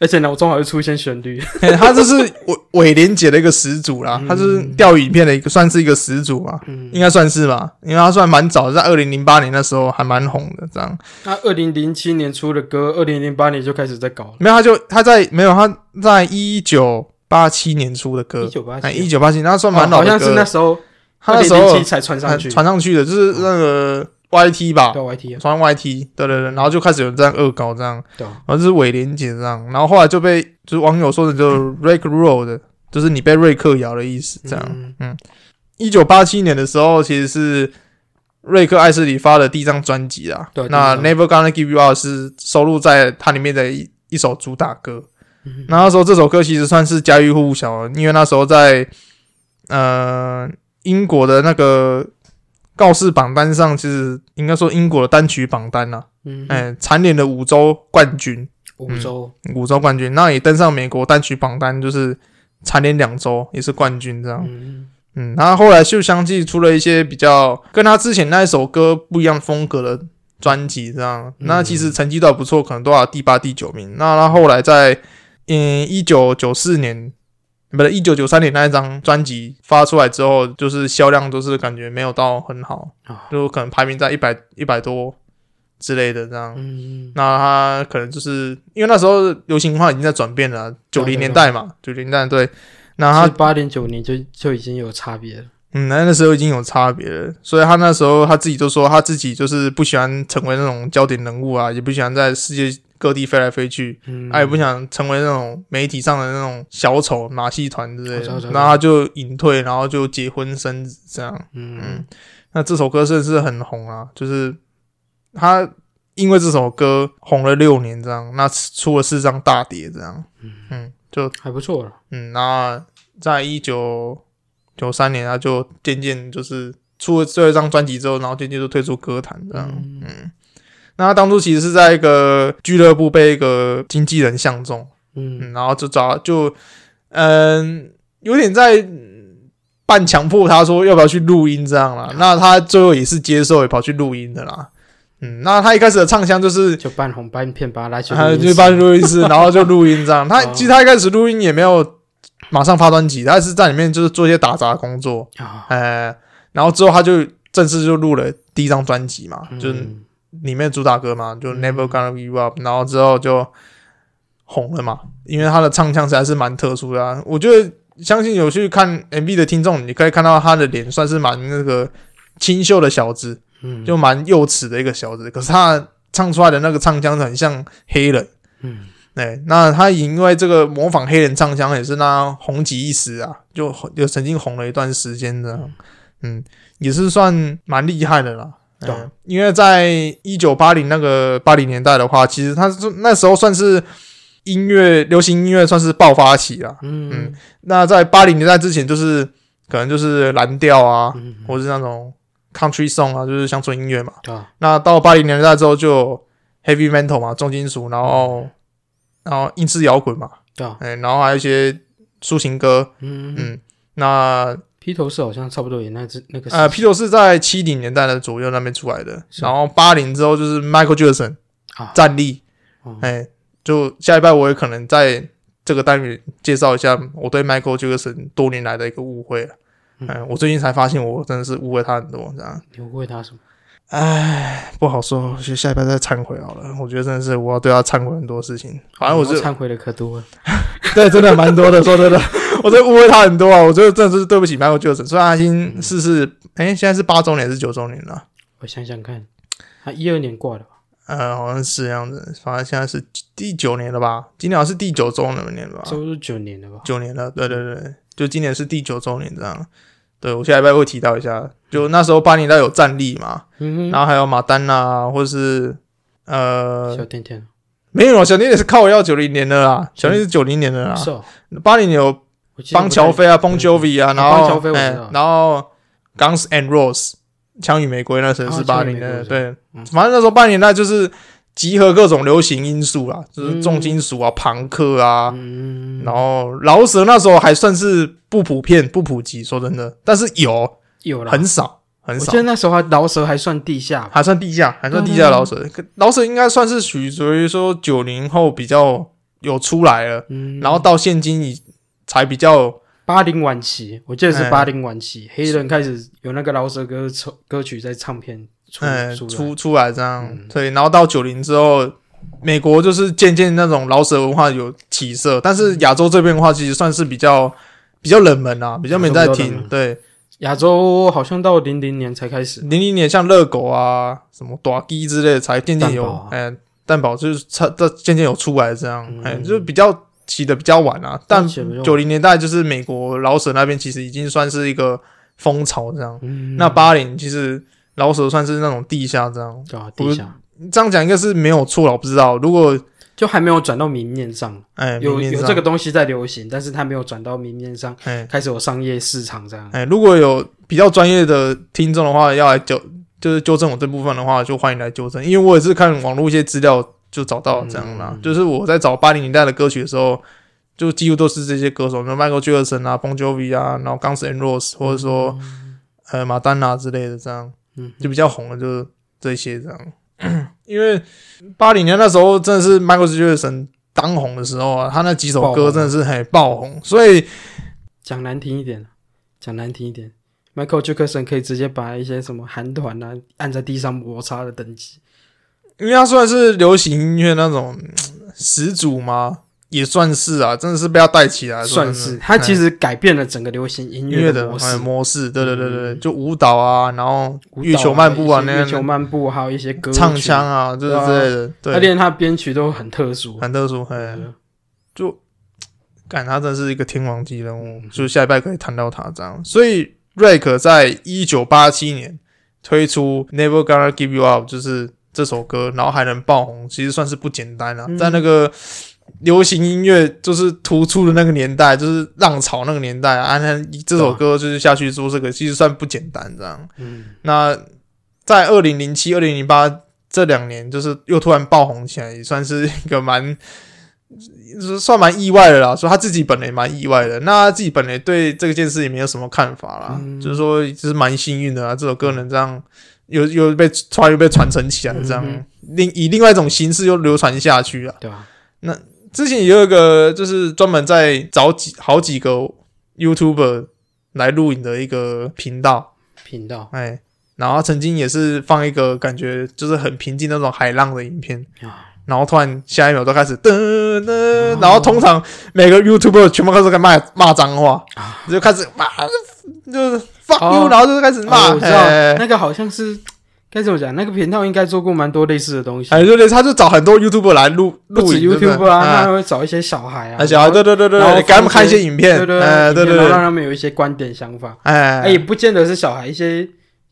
Speaker 3: 而且脑中还会出现旋律，
Speaker 2: 嘿哎他就是伪伪连结的一个始祖啦
Speaker 3: 嗯，
Speaker 2: 他就是钓鱼影片的一个算是一个始祖嘛，
Speaker 3: 嗯，
Speaker 2: 应该算是吧，因为他算蛮早，在二零零八年那时候还蛮红的，这样
Speaker 3: 那二零零七年出的歌，二零零八年就开始在搞
Speaker 2: 没有他就他在没有他在一九八七年出的
Speaker 3: 了，一
Speaker 2: 歌。
Speaker 3: 九八
Speaker 2: 哎，一
Speaker 3: 七，啊哦
Speaker 2: 九八七，那算蛮老
Speaker 3: 好
Speaker 2: 的歌了，
Speaker 3: 像是那时候
Speaker 2: 他
Speaker 3: 二
Speaker 2: 那时
Speaker 3: 零零
Speaker 2: 候
Speaker 3: 七才传上
Speaker 2: 传
Speaker 3: 去，嗯
Speaker 2: 传上去的，就是那个 YT 吧
Speaker 3: 对，YT 啊，
Speaker 2: 传 YT，对对对，然后就开始有人这样恶搞这样，
Speaker 3: 对啊，
Speaker 2: 然后就是伪连结这样，然后后来就被就是网友说的就是 Rick Roll 的，就是你被瑞克咬的意思这样。
Speaker 3: 嗯
Speaker 2: 一九八七年的时候，其实是瑞克艾斯里发的第一张专辑啦，
Speaker 3: 对
Speaker 2: 那
Speaker 3: 第一张
Speaker 2: Never Gonna Give You Up 是收录在它里面的一一首主打歌，
Speaker 3: 嗯
Speaker 2: 那那时候这首歌其实算是家喻户晓，因为那时候在呃英国的那个告示榜单上，其实应该说英国的单曲榜单啦、
Speaker 3: 嗯，
Speaker 2: 哎、嗯蝉联了五周冠军，
Speaker 3: 五周，
Speaker 2: 五周冠军，那也登上美国单曲榜单，就是蝉联两周，也是冠军这样。
Speaker 3: 嗯，
Speaker 2: 嗯，他后来就相继出了一些比较跟他之前那一首歌不一样风格的专辑，这样。那其实成绩都还不错，可能都要第八、第九名。那他后来在嗯一九九四年，不是一九九三年那一张专辑发出来之后，就是销量都是感觉没有到很好，
Speaker 3: 啊，
Speaker 2: 就可能排名在一百一百多之类的这样。
Speaker 3: 嗯，
Speaker 2: 那他可能就是因为那时候流行文化已经在转变了，啊九零年代嘛，九零年代对。那他
Speaker 3: 是八点九年就就已经有差别了，
Speaker 2: 嗯，那那时候已经有差别了，所以他那时候他自己就说他自己就是不喜欢成为那种焦点人物啊，也不喜欢在世界各地飞来飞去，啊
Speaker 3: 嗯，
Speaker 2: 他也哎不想成为那种媒体上的那种小丑、马戏团之
Speaker 3: 我
Speaker 2: 类
Speaker 3: 知
Speaker 2: 的
Speaker 3: 道我知。道
Speaker 2: 那他就隐退，然后就结婚生子这样。
Speaker 3: 嗯，
Speaker 2: 那这首歌真的是很红啊，就是他因为这首歌红了六年这样，那出了四张大碟这样。嗯，就
Speaker 3: 还不错了，
Speaker 2: 嗯，那在一九九三年，他就渐渐就是出了最后一张专辑之后，然后渐渐就退出歌坛这样。
Speaker 3: 嗯
Speaker 2: 嗯那他当初其实是在一个俱乐部被一个经纪人相中，
Speaker 3: 嗯，
Speaker 2: 嗯，然后就找就嗯，有点在嗯半强迫他说要不要去录音这样啦。那他最后也是接受，也跑去录音的啦。嗯，那他一开始的唱腔就是
Speaker 3: 就半红半片吧，来去
Speaker 2: 还有
Speaker 3: 录音
Speaker 2: 就
Speaker 3: 室，
Speaker 2: 帮录 音室，然后就录音这样。他
Speaker 3: 哦
Speaker 2: 其实他一开始录音也没有马上发专辑，他是在里面就是做一些打杂工作，
Speaker 3: 啊，
Speaker 2: 呃，然后之后他就正式就录了第一张专辑嘛，
Speaker 3: 嗯
Speaker 2: 就是里面主打歌嘛，就
Speaker 3: 嗯
Speaker 2: Never Gonna Give Up，然后之后就红了嘛，因为他的唱腔实在是蛮特殊的、啊，我觉得相信有去看 MV 的听众，你可以看到他的脸算是蛮那个清秀的小子，
Speaker 3: 嗯，
Speaker 2: 就蛮幼齿的一个小子，可是他唱出来的那个唱腔很像黑人。
Speaker 3: 嗯，
Speaker 2: 对，那他因为这个模仿黑人唱腔也是让他红极一时啊，就就曾经红了一段时间的，嗯，也是算蛮厉害的啦。
Speaker 3: 对啊
Speaker 2: 嗯因为在一九八零那个八零年代的话，其实他是那时候算是音乐流行音乐算是爆发期啦。
Speaker 3: 嗯，
Speaker 2: 那在八零年代之前，就是可能就是蓝调啊，
Speaker 3: 嗯，
Speaker 2: 或是那种 country song 啊，就是乡村音乐嘛。
Speaker 3: 啊，
Speaker 2: 那到八零年代之后就有 heavy metal 嘛，重金属，然
Speaker 3: 嗯
Speaker 2: 后然后英式摇滚嘛，
Speaker 3: 对啊，
Speaker 2: 哎、然后还有一些抒情歌，
Speaker 3: 嗯，
Speaker 2: 嗯，那
Speaker 3: 披头士好像差不多也那只那个时
Speaker 2: 呃，
Speaker 3: 期
Speaker 2: 披头士在七零年代的左右那边出来的，
Speaker 3: 是
Speaker 2: 然后八零之后就是 Michael Jackson
Speaker 3: 啊
Speaker 2: 站立
Speaker 3: 哦，
Speaker 2: 哎、就下一拜我也可能在这个单元介绍一下我对 Michael Jackson 多年来的一个误会了，
Speaker 3: 嗯
Speaker 2: 嗯、我最近才发现我真的是误会他很多，这样
Speaker 3: 你会问他什么？
Speaker 2: 唉，不好说，我觉得下一拜再忏悔好了。我觉得真的是我要对他忏悔很多事情。反正我
Speaker 3: 你
Speaker 2: 是
Speaker 3: 要嗯忏悔的可多啊了，
Speaker 2: 对真的蛮多的，说真的， 我真的误会他很多啊。我觉得真的是对不起 Michael Jackson，虽然他已经逝世，哎、现在是八周年还是九周年了？
Speaker 3: 我想想看，他一二年挂的吧？
Speaker 2: 呃，好像是这样子。反正现在是第九年了吧？今年好像是第九周年了吧？
Speaker 3: 差不多九年了吧？
Speaker 2: 九年了，对对对，就今年是第九周年这样。对我下礼拜会提到一下，就那时候巴尼代有战力嘛，
Speaker 3: 嗯
Speaker 2: 然后还有马丹呐、或者是
Speaker 3: 哼，
Speaker 2: 呃
Speaker 3: 小甜甜
Speaker 2: 没有，小林也是靠我要九零年的啦，小林是九零年的啦，
Speaker 3: 嗯是哦，
Speaker 2: 八零年有
Speaker 3: 我记得
Speaker 2: 邦乔飞啊，邦 Jovi 啊，然后
Speaker 3: 嗯邦乔飞我知
Speaker 2: 哎
Speaker 3: 道
Speaker 2: 然后 Guns and Roses，枪与玫瑰那时候是
Speaker 3: 哦
Speaker 2: 八
Speaker 3: 枪与
Speaker 2: 零
Speaker 3: 玫瑰
Speaker 2: 的，
Speaker 3: 我知道
Speaker 2: 对，
Speaker 3: 嗯
Speaker 2: 反正那时候八零代就是集合各种流行因素啦，就是重金属啊、朋克
Speaker 3: 不
Speaker 2: 啊，
Speaker 3: 太，嗯，
Speaker 2: 然后饶舌那时候还算是不普遍、不普及，说真的，但是有
Speaker 3: 有了，
Speaker 2: 很少很
Speaker 3: 我
Speaker 2: 少
Speaker 3: 记，得嗯那时候还饶舌还算地下吧，
Speaker 2: 还算地下，还算地下饶舌，饶舌应该算是属于属于说九零后比较有出来了，
Speaker 3: 嗯，
Speaker 2: 然后到现今已才比较
Speaker 3: 八零晚期，我记得是
Speaker 2: 哎
Speaker 3: 八零晚期，黑人开始有那个饶舌歌出歌曲在唱片出
Speaker 2: 嗯
Speaker 3: 出来
Speaker 2: 出出来这样，
Speaker 3: 嗯
Speaker 2: 对，然后到九零之后，美国就是渐渐那种饶舌文化有起色，但是亚洲这边的话，其实算是比较比较冷门啊，比较没人在
Speaker 3: 比较冷
Speaker 2: 听。
Speaker 3: 门
Speaker 2: 对，
Speaker 3: 亚洲好像到零零年才开始，
Speaker 2: 零零年像热狗啊、什么短鸡之类的，才渐渐有
Speaker 3: 蛋堡啊，
Speaker 2: 哎、蛋堡就是它它渐渐有出来这样，
Speaker 3: 嗯
Speaker 2: 哎、就是比较起的比较晚啊。但
Speaker 3: 起得比较晚
Speaker 2: 九零年代就是美国饶舌那边其实已经算是一个风潮这样，
Speaker 3: 嗯，
Speaker 2: 那八零其实饶舌算是那种地下这样。
Speaker 3: 对啊，地下
Speaker 2: 这样讲应该是没有错了，我不知道。如果
Speaker 3: 就还没有转到明面上，
Speaker 2: 哎，
Speaker 3: 有
Speaker 2: 明面
Speaker 3: 有
Speaker 2: 上
Speaker 3: 这个，东西在流行，但是它没有转到明面上，
Speaker 2: 哎
Speaker 3: 开始有商业市场这样。
Speaker 2: 哎，如果有比较专业的听众的话，要来纠就是纠正我这部分的话，就欢迎来纠正，因为我也是看网络一些资料就找到这样啦。
Speaker 3: 嗯
Speaker 2: 就是我在找八零年代的歌曲的时候，就几乎都是这些歌手，比如 Michael Jackson 啊、Bon Jovi 啊，然后 Guns N' Roses 或者说呃马丹娜之类的这样。
Speaker 3: 嗯，
Speaker 2: 就比较红的就是这些这样。 因为八零年那时候真的是 Michael Jackson 当红的时候啊，他那几首歌真的是很爆红，所以
Speaker 3: 讲难听一点，讲难听一点，Michael Jackson 可以直接把一些什么韩团啊按在地上摩擦的等级。
Speaker 2: 因为他算是流行音乐那种嗯始祖嘛，也算是啊，真的是被他带起来，说
Speaker 3: 算
Speaker 2: 真的
Speaker 3: 是他其
Speaker 2: 哎
Speaker 3: 实改变了整个流行音
Speaker 2: 音乐
Speaker 3: 的
Speaker 2: 的
Speaker 3: 模
Speaker 2: 哎
Speaker 3: 式，
Speaker 2: 模式，对对对对对，
Speaker 3: 嗯
Speaker 2: 就舞蹈啊，然后
Speaker 3: 舞蹈啊
Speaker 2: 月球漫步啊
Speaker 3: 一些
Speaker 2: 那
Speaker 3: 月球
Speaker 2: 样
Speaker 3: 漫步，还有一些歌
Speaker 2: 的，
Speaker 3: 曲
Speaker 2: 唱腔，啊，就是之类的，
Speaker 3: 他
Speaker 2: 对，
Speaker 3: 连他编曲都很特殊。
Speaker 2: 很特殊，哎，
Speaker 3: 嗯
Speaker 2: 就感他真的是一个天王级人物，
Speaker 3: 嗯
Speaker 2: 就下一拜可以谈到他这样。所以 Drake 在一九八七年推出《Never Gonna Give You Up》，就是这首歌，然后还能爆红，其实算是不简单了、
Speaker 3: 嗯
Speaker 2: 在那个流行音乐就是突出的那个年代，就是浪潮那个年代，安、安这首歌就是下去做这个，其实算不简单这样。
Speaker 3: 啊嗯，
Speaker 2: 那在二零零七、二零零八这两年，就是又突然爆红起来，也算是一个蛮， 就是算蛮意外的啦。说他自己本来也蛮意外的，那他自己本来对这件事也没有什么看法啦，
Speaker 3: 嗯
Speaker 2: 就是说就是蛮幸运的啊，这首歌能这样又又被传又被传承起来，这样
Speaker 3: 嗯
Speaker 2: 另、以另外一种形式又流传下去啊。
Speaker 3: 对吧？
Speaker 2: 之前也有一个就是专门在找几好几个 YouTuber 来录影的一个频道，
Speaker 3: 频道
Speaker 2: 哎，然后他曾经也是放一个感觉就是很平静那种海浪的影片，
Speaker 3: 啊，哦
Speaker 2: 然后突然下一秒都开始噔噔，然后通常每个 YouTuber 全部开始在骂骂脏话，就开始骂就是 fuck
Speaker 3: 啊哦
Speaker 2: you，然后就开始骂，
Speaker 3: 哦我知道
Speaker 2: 哎
Speaker 3: 那个好像是该怎么讲？那个频道应该做过蛮多类似的东西，
Speaker 2: 哎，就类似他就找很多 YouTuber 来录
Speaker 3: 不
Speaker 2: 录
Speaker 3: 止
Speaker 2: 影对对
Speaker 3: YouTube 啊，他
Speaker 2: 哎
Speaker 3: 还会找一些小孩啊，
Speaker 2: 哎小孩对对对对
Speaker 3: 然后
Speaker 2: 对，给他们
Speaker 3: 放
Speaker 2: 看
Speaker 3: 一
Speaker 2: 一
Speaker 3: 些
Speaker 2: 些影片，
Speaker 3: 对对
Speaker 2: 哎对
Speaker 3: 影片然后让
Speaker 2: 对，
Speaker 3: 他们有一些观点想法。哎，也
Speaker 2: 哎
Speaker 3: 不见得是小孩，一些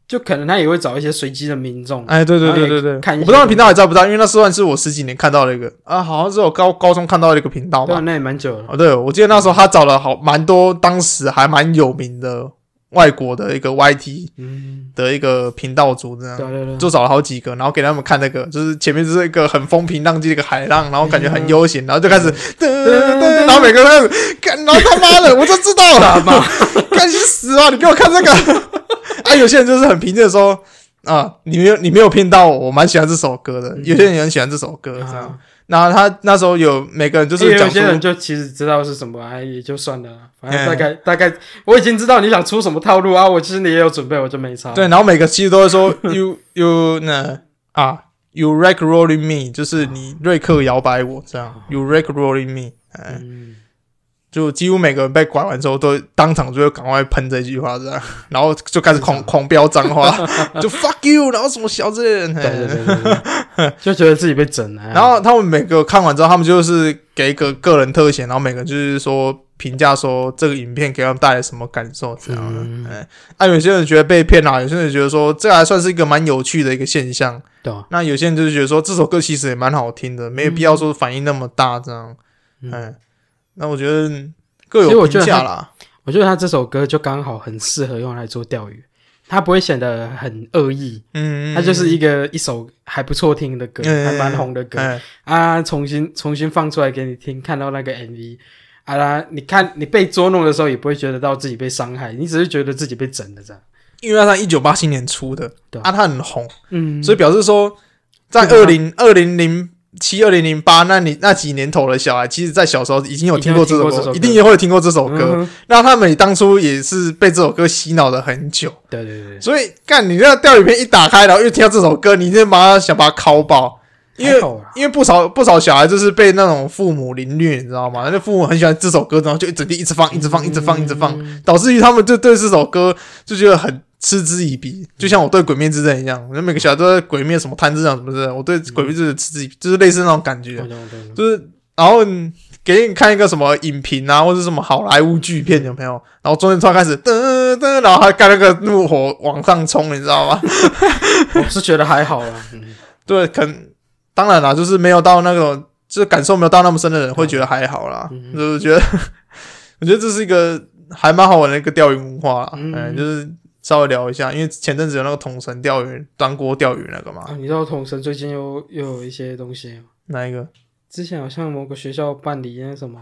Speaker 3: 就可能他也会找一些随机的民众，
Speaker 2: 哎对对对对
Speaker 3: 然后也
Speaker 2: 对，
Speaker 3: 看一
Speaker 2: 我
Speaker 3: 些
Speaker 2: 不知道频道还在不在，因为那算是我十几年看到的一个啊，好像是我高高中看到的一个频道
Speaker 3: 对
Speaker 2: 吧
Speaker 3: 啊，。那也蛮久了。
Speaker 2: 哦，对，我记得那时候他找了好蛮多，当时还蛮有名的外国的一个 YT
Speaker 3: 嗯，
Speaker 2: 的一个频道主这样
Speaker 3: 对。啊对啊对啊，
Speaker 2: 就找了好几个，然后给他们看那个，就是前面就是一个很风平浪静的一个海浪，然后感觉很悠闲，然后就开
Speaker 3: 嗯
Speaker 2: 始噔噔，然后每个人开始干，然后他妈的，我就知道了，赶紧死啊！你给我看这个 啊！有些人就是很平静的说啊，你没有你没有骗到我，我蛮喜欢这首歌的。有些人也很喜欢这首歌，这样
Speaker 3: 嗯啊。
Speaker 2: 然后他那时候有每个人就
Speaker 3: 就是有
Speaker 2: 讲出哎
Speaker 3: 些人就其实知道是什么，哎，也就算了，反正大概大概我已经知道你想出什么套路啊，我其实你也有准备，我就没差。
Speaker 2: 对，然后每个其实都会说 you you 那啊 you rag rolling
Speaker 3: 啊
Speaker 2: me，就是你瑞克摇摆我这样 you rag rolling me，哎，
Speaker 3: 嗯，
Speaker 2: 就几乎每个人被拐完之后，都当场就会赶快喷这句话，这样， 然后就开始狂狂飙脏 话，就 fuck you，然后什么小之类 的。
Speaker 3: 对对对对对， 就觉得自己被整了、啊。
Speaker 2: 然后他们每个看完之后，他们就是给一个个人特写，然后每个人就是说评价说这个影片给他们带来什么感受这样。
Speaker 3: 嗯
Speaker 2: 哎、啊，有些人觉得被骗啊啦、有些人觉得说这还算是一个蛮有趣的一个现象。
Speaker 3: 对啊，
Speaker 2: 那有些人就是觉得说这首歌其实也蛮好听的，没有必要说反应那么大这样。嗯，
Speaker 3: 嗯
Speaker 2: 那我觉得各
Speaker 3: 其实
Speaker 2: 有
Speaker 3: 我觉
Speaker 2: 评
Speaker 3: 得
Speaker 2: 价
Speaker 3: 他
Speaker 2: 啦。
Speaker 3: 我觉得他这首歌就刚好很适合用来做钓鱼，他不会显得很恶意，
Speaker 2: 嗯，
Speaker 3: 他就是一个一首还不错听的歌，
Speaker 2: 嗯
Speaker 3: 还蛮红的歌
Speaker 2: 哎
Speaker 3: 啊，重新重新放出来给你听，看到那个 MV。啊啦，你看你被捉弄的时候，也不会觉得到自己被伤害，你只是觉得自己被整的这样。
Speaker 2: 因为它一九八七年出的，
Speaker 3: 对啊
Speaker 2: 啊，它很红，
Speaker 3: 嗯，
Speaker 2: 所以表示说在
Speaker 3: 对
Speaker 2: 二
Speaker 3: 啊
Speaker 2: 零二零零。七二零零八，那你那几年头的小孩，其实在小时候已经有
Speaker 3: 一
Speaker 2: 听
Speaker 3: 定会
Speaker 2: 过这首
Speaker 3: 听过这首
Speaker 2: 歌，
Speaker 3: 歌
Speaker 2: 一定也会听过这首歌。
Speaker 3: 嗯哼
Speaker 2: 那他们也当初也是被这首歌洗脑了很久，
Speaker 3: 对对对，
Speaker 2: 所以干你那钓鱼片一打开，然后又听到这首歌，你就马上想把它拷爆，因为
Speaker 3: 还好啦
Speaker 2: 因为不少不少小孩就是被那种父母凌虐，你知道吗？那父母很喜欢这首歌，然后就一整天一直放，一直放，一直放，一直放，导致于他们就对这首歌就觉得很嗤之以鼻。就像我对《鬼灭之刃》一样，我觉得每个小孩都在《鬼灭》什么炭治郎什么之类的，我对《鬼灭之刃》嗤之以鼻，就是类似那种感觉
Speaker 3: 我，懂我懂我懂
Speaker 2: 就是然后你给你看一个什么影评啊，或者什么好莱坞巨片有没有？然后中间突然开始噔噔，然后还盖那个怒火往上冲，你知道吗？
Speaker 3: 我是觉得还好啦。 嗯
Speaker 2: 对，可能当然啦，就是没有到那种，就是感受没有到那么深的人会觉得还好啦。
Speaker 3: 嗯
Speaker 2: 就是觉得， 我觉得这是一个还蛮好玩的一个钓鱼文化啦。嗯、
Speaker 3: 嗯
Speaker 2: 就是稍微聊一下，因为前阵子有那个统神钓鱼、端锅钓鱼那个嘛
Speaker 3: 啊，，你知道统神最近又又有一些东西吗，
Speaker 2: 那一个？
Speaker 3: 之前好像某个学校办理那什么，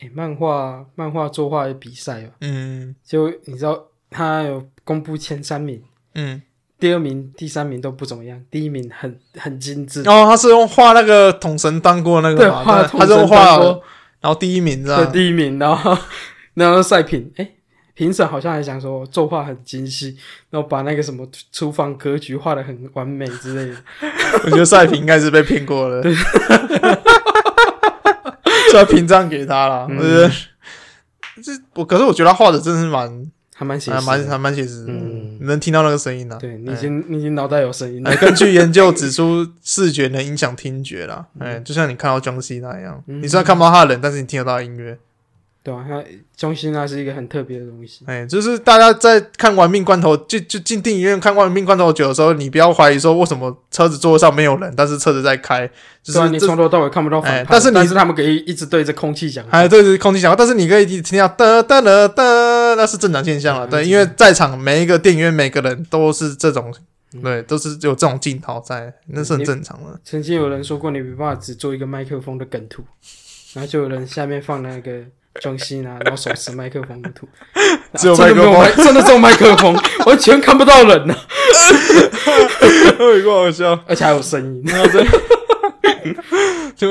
Speaker 3: 哎、漫画漫画作画的比赛吧，
Speaker 2: 嗯
Speaker 3: 就你知道他有公布前三名，
Speaker 2: 嗯，
Speaker 3: 第二名、第三名都不怎么样，第一名很很精致，
Speaker 2: 然后哦他是用画那个统神当锅那
Speaker 3: 对，
Speaker 2: 个嘛，
Speaker 3: 画
Speaker 2: 对他是用
Speaker 3: 用
Speaker 2: 画，然后第一名这
Speaker 3: 对
Speaker 2: 样。
Speaker 3: 第一名，然后 然后赛评，哎、评审好像还讲说作画很精细，然后把那个什么厨房格局画的很完美之类的，
Speaker 2: 我觉得赛评应该是被骗过了， 所以屏障给他了。
Speaker 3: 嗯
Speaker 2: 我觉得这我可是我觉得他画的真是蛮
Speaker 3: 还蛮写
Speaker 2: 还
Speaker 3: 实
Speaker 2: 蛮
Speaker 3: 的。
Speaker 2: 还蛮写实的，
Speaker 3: 嗯
Speaker 2: 能听到那个声音啦。
Speaker 3: 对你
Speaker 2: 哎
Speaker 3: 已经、你已经脑袋有声音 了
Speaker 2: 哎，，根据研究指出，视觉能影响听觉啦。哎，就像你看到庄西那样，
Speaker 3: 嗯
Speaker 2: 你虽然看不到他的人，但是你听得到音乐。
Speaker 3: 对啊，它中心那是一个很特别的东西。
Speaker 2: 哎，就是大家在看《玩命关头》就就进电影院看《玩命关头九》的时候，你不要怀疑说为什么车子座位上没有人，但是车子在开，就
Speaker 3: 虽然
Speaker 2: 是
Speaker 3: 啊你
Speaker 2: 这
Speaker 3: 从头到尾看不到反
Speaker 2: 哎
Speaker 3: 派，
Speaker 2: 但是你
Speaker 3: 但是他们可以一直对着空气讲话。
Speaker 2: 哎，对对，空气讲话，但是你可以听到哒哒哒哒，那是正常现象了。对，
Speaker 3: 嗯正常
Speaker 2: 因为在场每一个电影院每个人都是这种，
Speaker 3: 嗯
Speaker 2: 对，都是有这种镜头在，那是很正常的。
Speaker 3: 曾经有人说过，你没办法只做一个麦克风的梗图，然后就有人下面放那个中心啊，然后手持麦克风的图，
Speaker 2: 只有
Speaker 3: 啊真的没
Speaker 2: 麦
Speaker 3: 麦，真的只有麦克风，完全看不到人呢、啊
Speaker 2: 哎，够好笑！
Speaker 3: 而 且还有声音。
Speaker 2: 就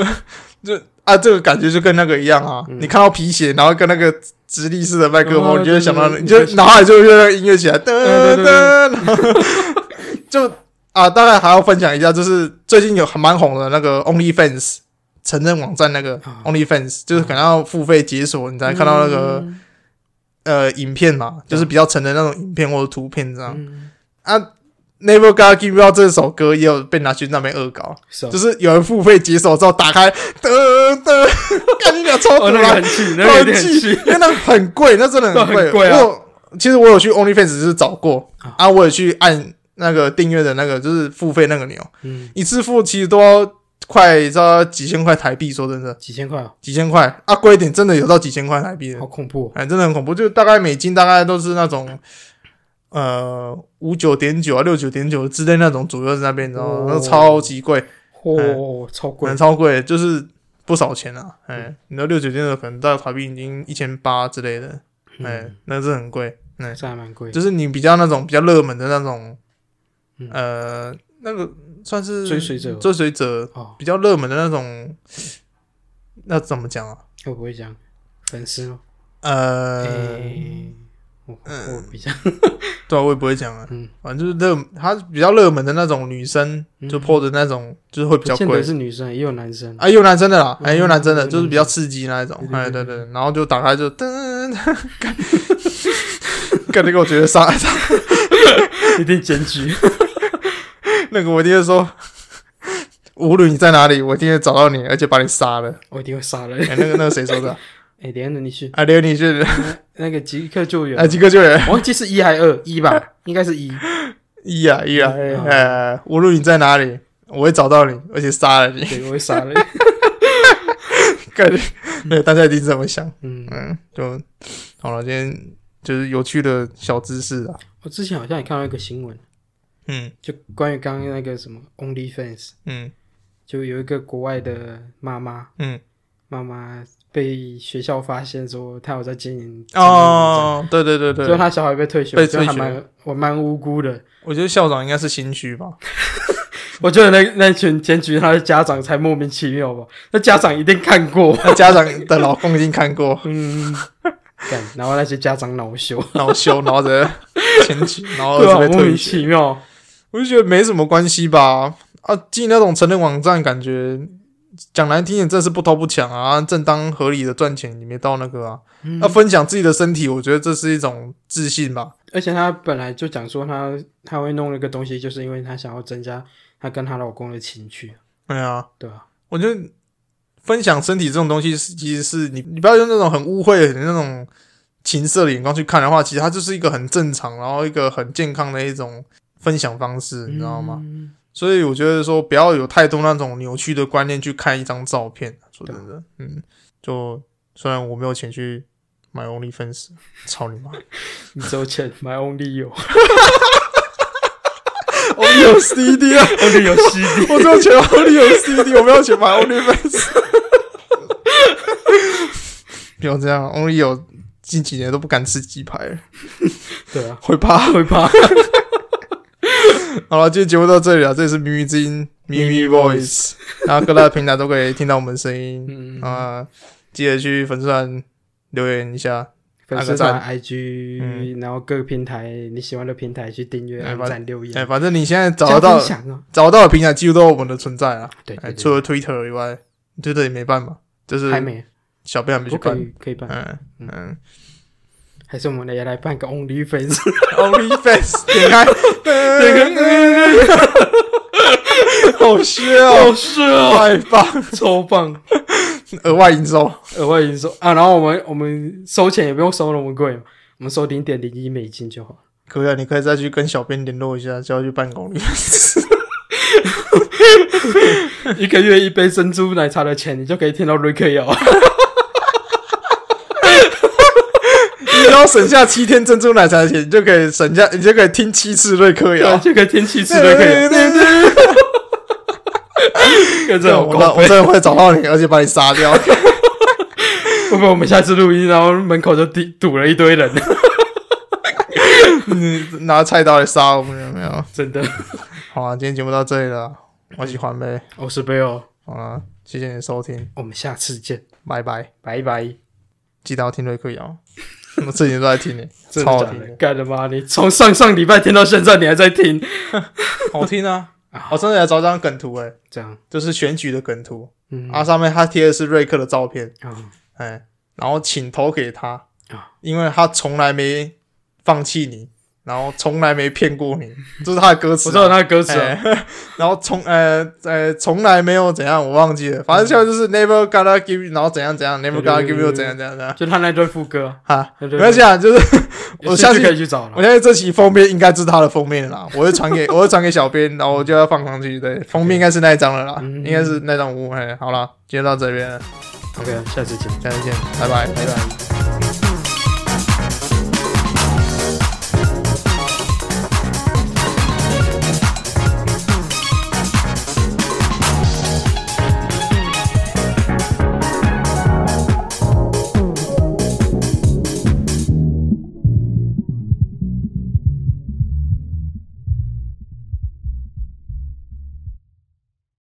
Speaker 2: 啊，这个感觉就跟那个一样啊，
Speaker 3: 嗯
Speaker 2: 你看到皮鞋，然后跟那个直立式的麦克风，
Speaker 3: 哦
Speaker 2: 你就会想到，
Speaker 3: 对对
Speaker 2: 你就
Speaker 3: 对
Speaker 2: 脑海就会有那个音乐起来，哒
Speaker 3: 对对对
Speaker 2: 哒，然后 就啊，当然还要分享一下，就是最近有还蛮红的那个 OnlyFans 成人网站，那个
Speaker 3: 啊
Speaker 2: OnlyFans 就是可能要付费解锁，你才看到那个
Speaker 3: 嗯，
Speaker 2: 呃影片嘛，就是比较成人那种影片或者图片这样
Speaker 3: 嗯
Speaker 2: 啊。Never Gonna Give You Up 这首歌也有被拿去那边恶搞，
Speaker 3: 是哦
Speaker 2: 就是有人付费解锁之后打开，噔噔， 看你俩超毒
Speaker 3: 哦，那个
Speaker 2: 辣，
Speaker 3: 很气，那个有点
Speaker 2: 很
Speaker 3: 很气
Speaker 2: 气，因为那很贵，那真的很贵。
Speaker 3: 那很贵啊
Speaker 2: 我其实我有去 OnlyFans 是找过啊，我也去按那个订阅的那个就是付费那个钮，
Speaker 3: 嗯，
Speaker 2: 一次付其实都要快到几千块台币，说真的，
Speaker 3: 几千块、哦，
Speaker 2: 几千块啊，贵一点真的有到几千块台币的
Speaker 3: 好，恐怖、哦。
Speaker 2: 哎，真的很恐怖，就大概美金大概都是那种。呃，五九点九啊，六九点九之类那种左右在那边，你知道吗？那
Speaker 3: 哦
Speaker 2: 超级贵，
Speaker 3: 嚯、哦超贵
Speaker 2: 哎
Speaker 3: 嗯
Speaker 2: 蛮！超贵，就是不少钱啊。哎、你的六九天的可能到台币已经一千八之类的，哎、
Speaker 3: 嗯，
Speaker 2: 那是很贵。哎、
Speaker 3: 这还蛮贵的。
Speaker 2: 就是你比较那种比较热门的那种，
Speaker 3: 嗯
Speaker 2: 呃，那个算是
Speaker 3: 追随者
Speaker 2: 追随者
Speaker 3: 哦，
Speaker 2: 比较热门的那种，那怎么讲啊？
Speaker 3: 会不会讲粉丝咯？
Speaker 2: 呃，
Speaker 3: 哦诶我我比较
Speaker 2: 对啊，我也不会讲啊。
Speaker 3: 嗯
Speaker 2: 反正就是热，它比较热门的那种女生
Speaker 3: 嗯
Speaker 2: 就 PO 的那种，就是会比较
Speaker 3: 不见
Speaker 2: 贵
Speaker 3: 得。是女生，也有 男生。
Speaker 2: 啊，也有男生的啦，
Speaker 3: 嗯
Speaker 2: 哎，也有男生的，
Speaker 3: 嗯
Speaker 2: 就是比较刺激那一种，哎，对
Speaker 3: 对对
Speaker 2: 对，然后就打开就噔， 干干那个我觉得啥啥，
Speaker 3: 一定检举。
Speaker 2: 那个我一定会说，无论你在哪里，我一定会找到你，而且把你杀了。
Speaker 3: 我一定会杀人。
Speaker 2: 哎，那个那个谁说的 啊？
Speaker 3: 哎、等一下你去
Speaker 2: 啊，刘你是
Speaker 3: 那个即刻救援，
Speaker 2: 啊，几个救援
Speaker 3: 我忘记是一还二 一吧，应该是一。
Speaker 2: 一啊一啊，
Speaker 3: 嗯
Speaker 2: 哎，无论你在哪里，我会找到你，而且杀了你。
Speaker 3: 对，我会杀人。
Speaker 2: 感觉对大家一定是这么想，
Speaker 3: 嗯，
Speaker 2: 嗯，就好了，今天就是有趣的小知识啊，
Speaker 3: 我之前好像也看到一个新闻，
Speaker 2: 嗯
Speaker 3: 就关于刚刚那个什么 OnlyFans，
Speaker 2: 嗯
Speaker 3: 就有一个国外的妈妈，
Speaker 2: 嗯，
Speaker 3: 妈妈被学校发现说她有在经营，
Speaker 2: 哦，对对对
Speaker 3: 这样结果
Speaker 2: 对，
Speaker 3: 她小孩被退学，
Speaker 2: 被
Speaker 3: 我觉得还
Speaker 2: 退学
Speaker 3: 蛮我蛮无辜的。
Speaker 2: 我觉得校长应该是心虚吧，
Speaker 3: 我觉得那那群检举她的家长才莫名其妙吧，那家长一定看过。
Speaker 2: 那家长的老公已经看过，
Speaker 3: 嗯，干然后那些家长恼羞，
Speaker 2: 恼羞，然后在前举，然后
Speaker 3: 对啊
Speaker 2: 儿，子被
Speaker 3: 莫名
Speaker 2: 退学，
Speaker 3: 其妙。
Speaker 2: 我就觉得没什么关系吧，啊，进那种成人网站，感觉讲难听点，这是不偷不抢啊，正当合理的赚钱，你没到那个啊，
Speaker 3: 嗯
Speaker 2: 那、分享自己的身体，我觉得这是一种自信吧，
Speaker 3: 而且她本来就讲说她她会弄那个东西，就是因为她想要增加她跟她老公的情趣，
Speaker 2: 对啊。
Speaker 3: 对吧、
Speaker 2: 我觉得分享身体这种东西是，其实是你你不要用那种很污秽、很那种情色的眼光去看的话，其实它就是一个很正常，然后一个很健康的一种分享方式，你知道吗？
Speaker 3: 嗯
Speaker 2: 所以我觉得说不要有太多那种扭曲的观念去看一张照片。说真的，嗯，就虽然我没有钱去买 OnlyFans，操你妈
Speaker 3: 你只 有钱买 Only 有
Speaker 2: ，Only 有 CD 啊，
Speaker 3: Only 有 CD，
Speaker 2: 我只有钱 Only 有 CD，我没有钱买 OnlyFans。不要这样，Only 有近几年都不敢吃鸡排了，
Speaker 3: 对啊，
Speaker 2: 会怕。
Speaker 3: 会怕。
Speaker 2: 好了，今天节目到这里啊了，这里是咪咪之音咪咪 Voice，然后各大平台都可以听到我们的声音
Speaker 3: 嗯，
Speaker 2: 啊、记得去粉丝团留言一下，
Speaker 3: 粉丝
Speaker 2: 按
Speaker 3: 团、
Speaker 2: 嗯
Speaker 3: IG，然后各个平台你喜欢的平台去订阅、
Speaker 2: 哎
Speaker 3: 按
Speaker 2: 反
Speaker 3: 赞、留
Speaker 2: 哎、
Speaker 3: 言、
Speaker 2: 反正你现在找
Speaker 3: 加
Speaker 2: 得到
Speaker 3: 分享啊，
Speaker 2: 找得到的平台，几乎都有我们的存在啊。
Speaker 3: 对
Speaker 2: 哎、
Speaker 3: 对
Speaker 2: 除
Speaker 3: 对，
Speaker 2: 了 Twitter 以外，Twitter 也没办法，就是
Speaker 3: 还没，
Speaker 2: 小编还没去
Speaker 3: 我可
Speaker 2: 办。
Speaker 3: 以可以办，
Speaker 2: 嗯嗯
Speaker 3: 还是我们也来办个 Only Fans，
Speaker 2: ，OnlyFans 点开，点开，好炫哦，
Speaker 3: 是啊，
Speaker 2: 太棒，
Speaker 3: 超棒，
Speaker 2: 额外营收。
Speaker 3: 额外营收啊！然后我们我们收钱也不用收那么贵嘛，我们收零点零一美金就好。
Speaker 2: 可以啊，你可以再去跟小编联络一下，叫他去办公。
Speaker 3: 一个月一杯珍珠奶茶的钱，你就可以听到瑞克摇。
Speaker 2: 啊你只要省下七天珍珠奶茶的钱，你就可以省下，你就可以听七次瑞克
Speaker 3: 对啊，
Speaker 2: 摇。
Speaker 3: 这个天气吃瑞克
Speaker 2: 对对
Speaker 3: 摇，
Speaker 2: 对，
Speaker 3: 跟
Speaker 2: 对
Speaker 3: 着
Speaker 2: 我
Speaker 3: 我
Speaker 2: 真
Speaker 3: 高
Speaker 2: 我
Speaker 3: 飞。
Speaker 2: 真的会找到你，而且把你杀掉。
Speaker 3: 会不会我们下次录音，然后门口就堵堵了一堆 人？
Speaker 2: 你拿菜刀来杀我们有没有？
Speaker 3: 真的，
Speaker 2: 好啊，今天节目到这里了，我喜欢呗。
Speaker 3: 我是贝欧，
Speaker 2: 好了，谢谢你的收听，
Speaker 3: 我们下次见，
Speaker 2: 拜拜。
Speaker 3: 拜拜。
Speaker 2: 记得要听瑞克摇，我自己都在听呢、
Speaker 3: 真
Speaker 2: 超好
Speaker 3: 的假
Speaker 2: 听
Speaker 3: 的？
Speaker 2: 的，
Speaker 3: 干他妈！你从上上礼拜听到现在，你还在听？
Speaker 2: 好听啊！我真的来找张梗图诶、
Speaker 3: 这样，
Speaker 2: 就是选举的梗图、
Speaker 3: 嗯
Speaker 2: 啊，上面他贴的是瑞克的照片。
Speaker 3: 啊，
Speaker 2: 哎，然后请投给他
Speaker 3: 啊，
Speaker 2: 因为他从来没放弃你，然后从来没骗过你， 这是他的歌词
Speaker 3: 我知
Speaker 2: 啊、
Speaker 3: 道那个歌词啊，
Speaker 2: 哎 然后从呃呃从来没有怎样，我忘记了，反正现在就是 never gonna give，you，然后怎样怎样，never
Speaker 3: 对对
Speaker 2: gonna
Speaker 3: 对
Speaker 2: give
Speaker 3: 对
Speaker 2: you
Speaker 3: 嗯对
Speaker 2: 怎样怎样怎样
Speaker 3: 就他那段副歌啊，
Speaker 2: 啊，
Speaker 3: 对
Speaker 2: 没
Speaker 3: 对
Speaker 2: 关系
Speaker 3: 对
Speaker 2: 啊，就是我
Speaker 3: 有兴趣
Speaker 2: 相信
Speaker 3: 可以去找了
Speaker 2: 我。现在这期封面应该是他的封面了啦，我会传给我会传给小编，然后我就要放上去，对，封面应该是那一张了啦，
Speaker 3: 嗯
Speaker 2: 应该是那张五，哎，好啦，今天到这边了，
Speaker 3: OK，下次见。
Speaker 2: 下次见，拜拜，拜拜。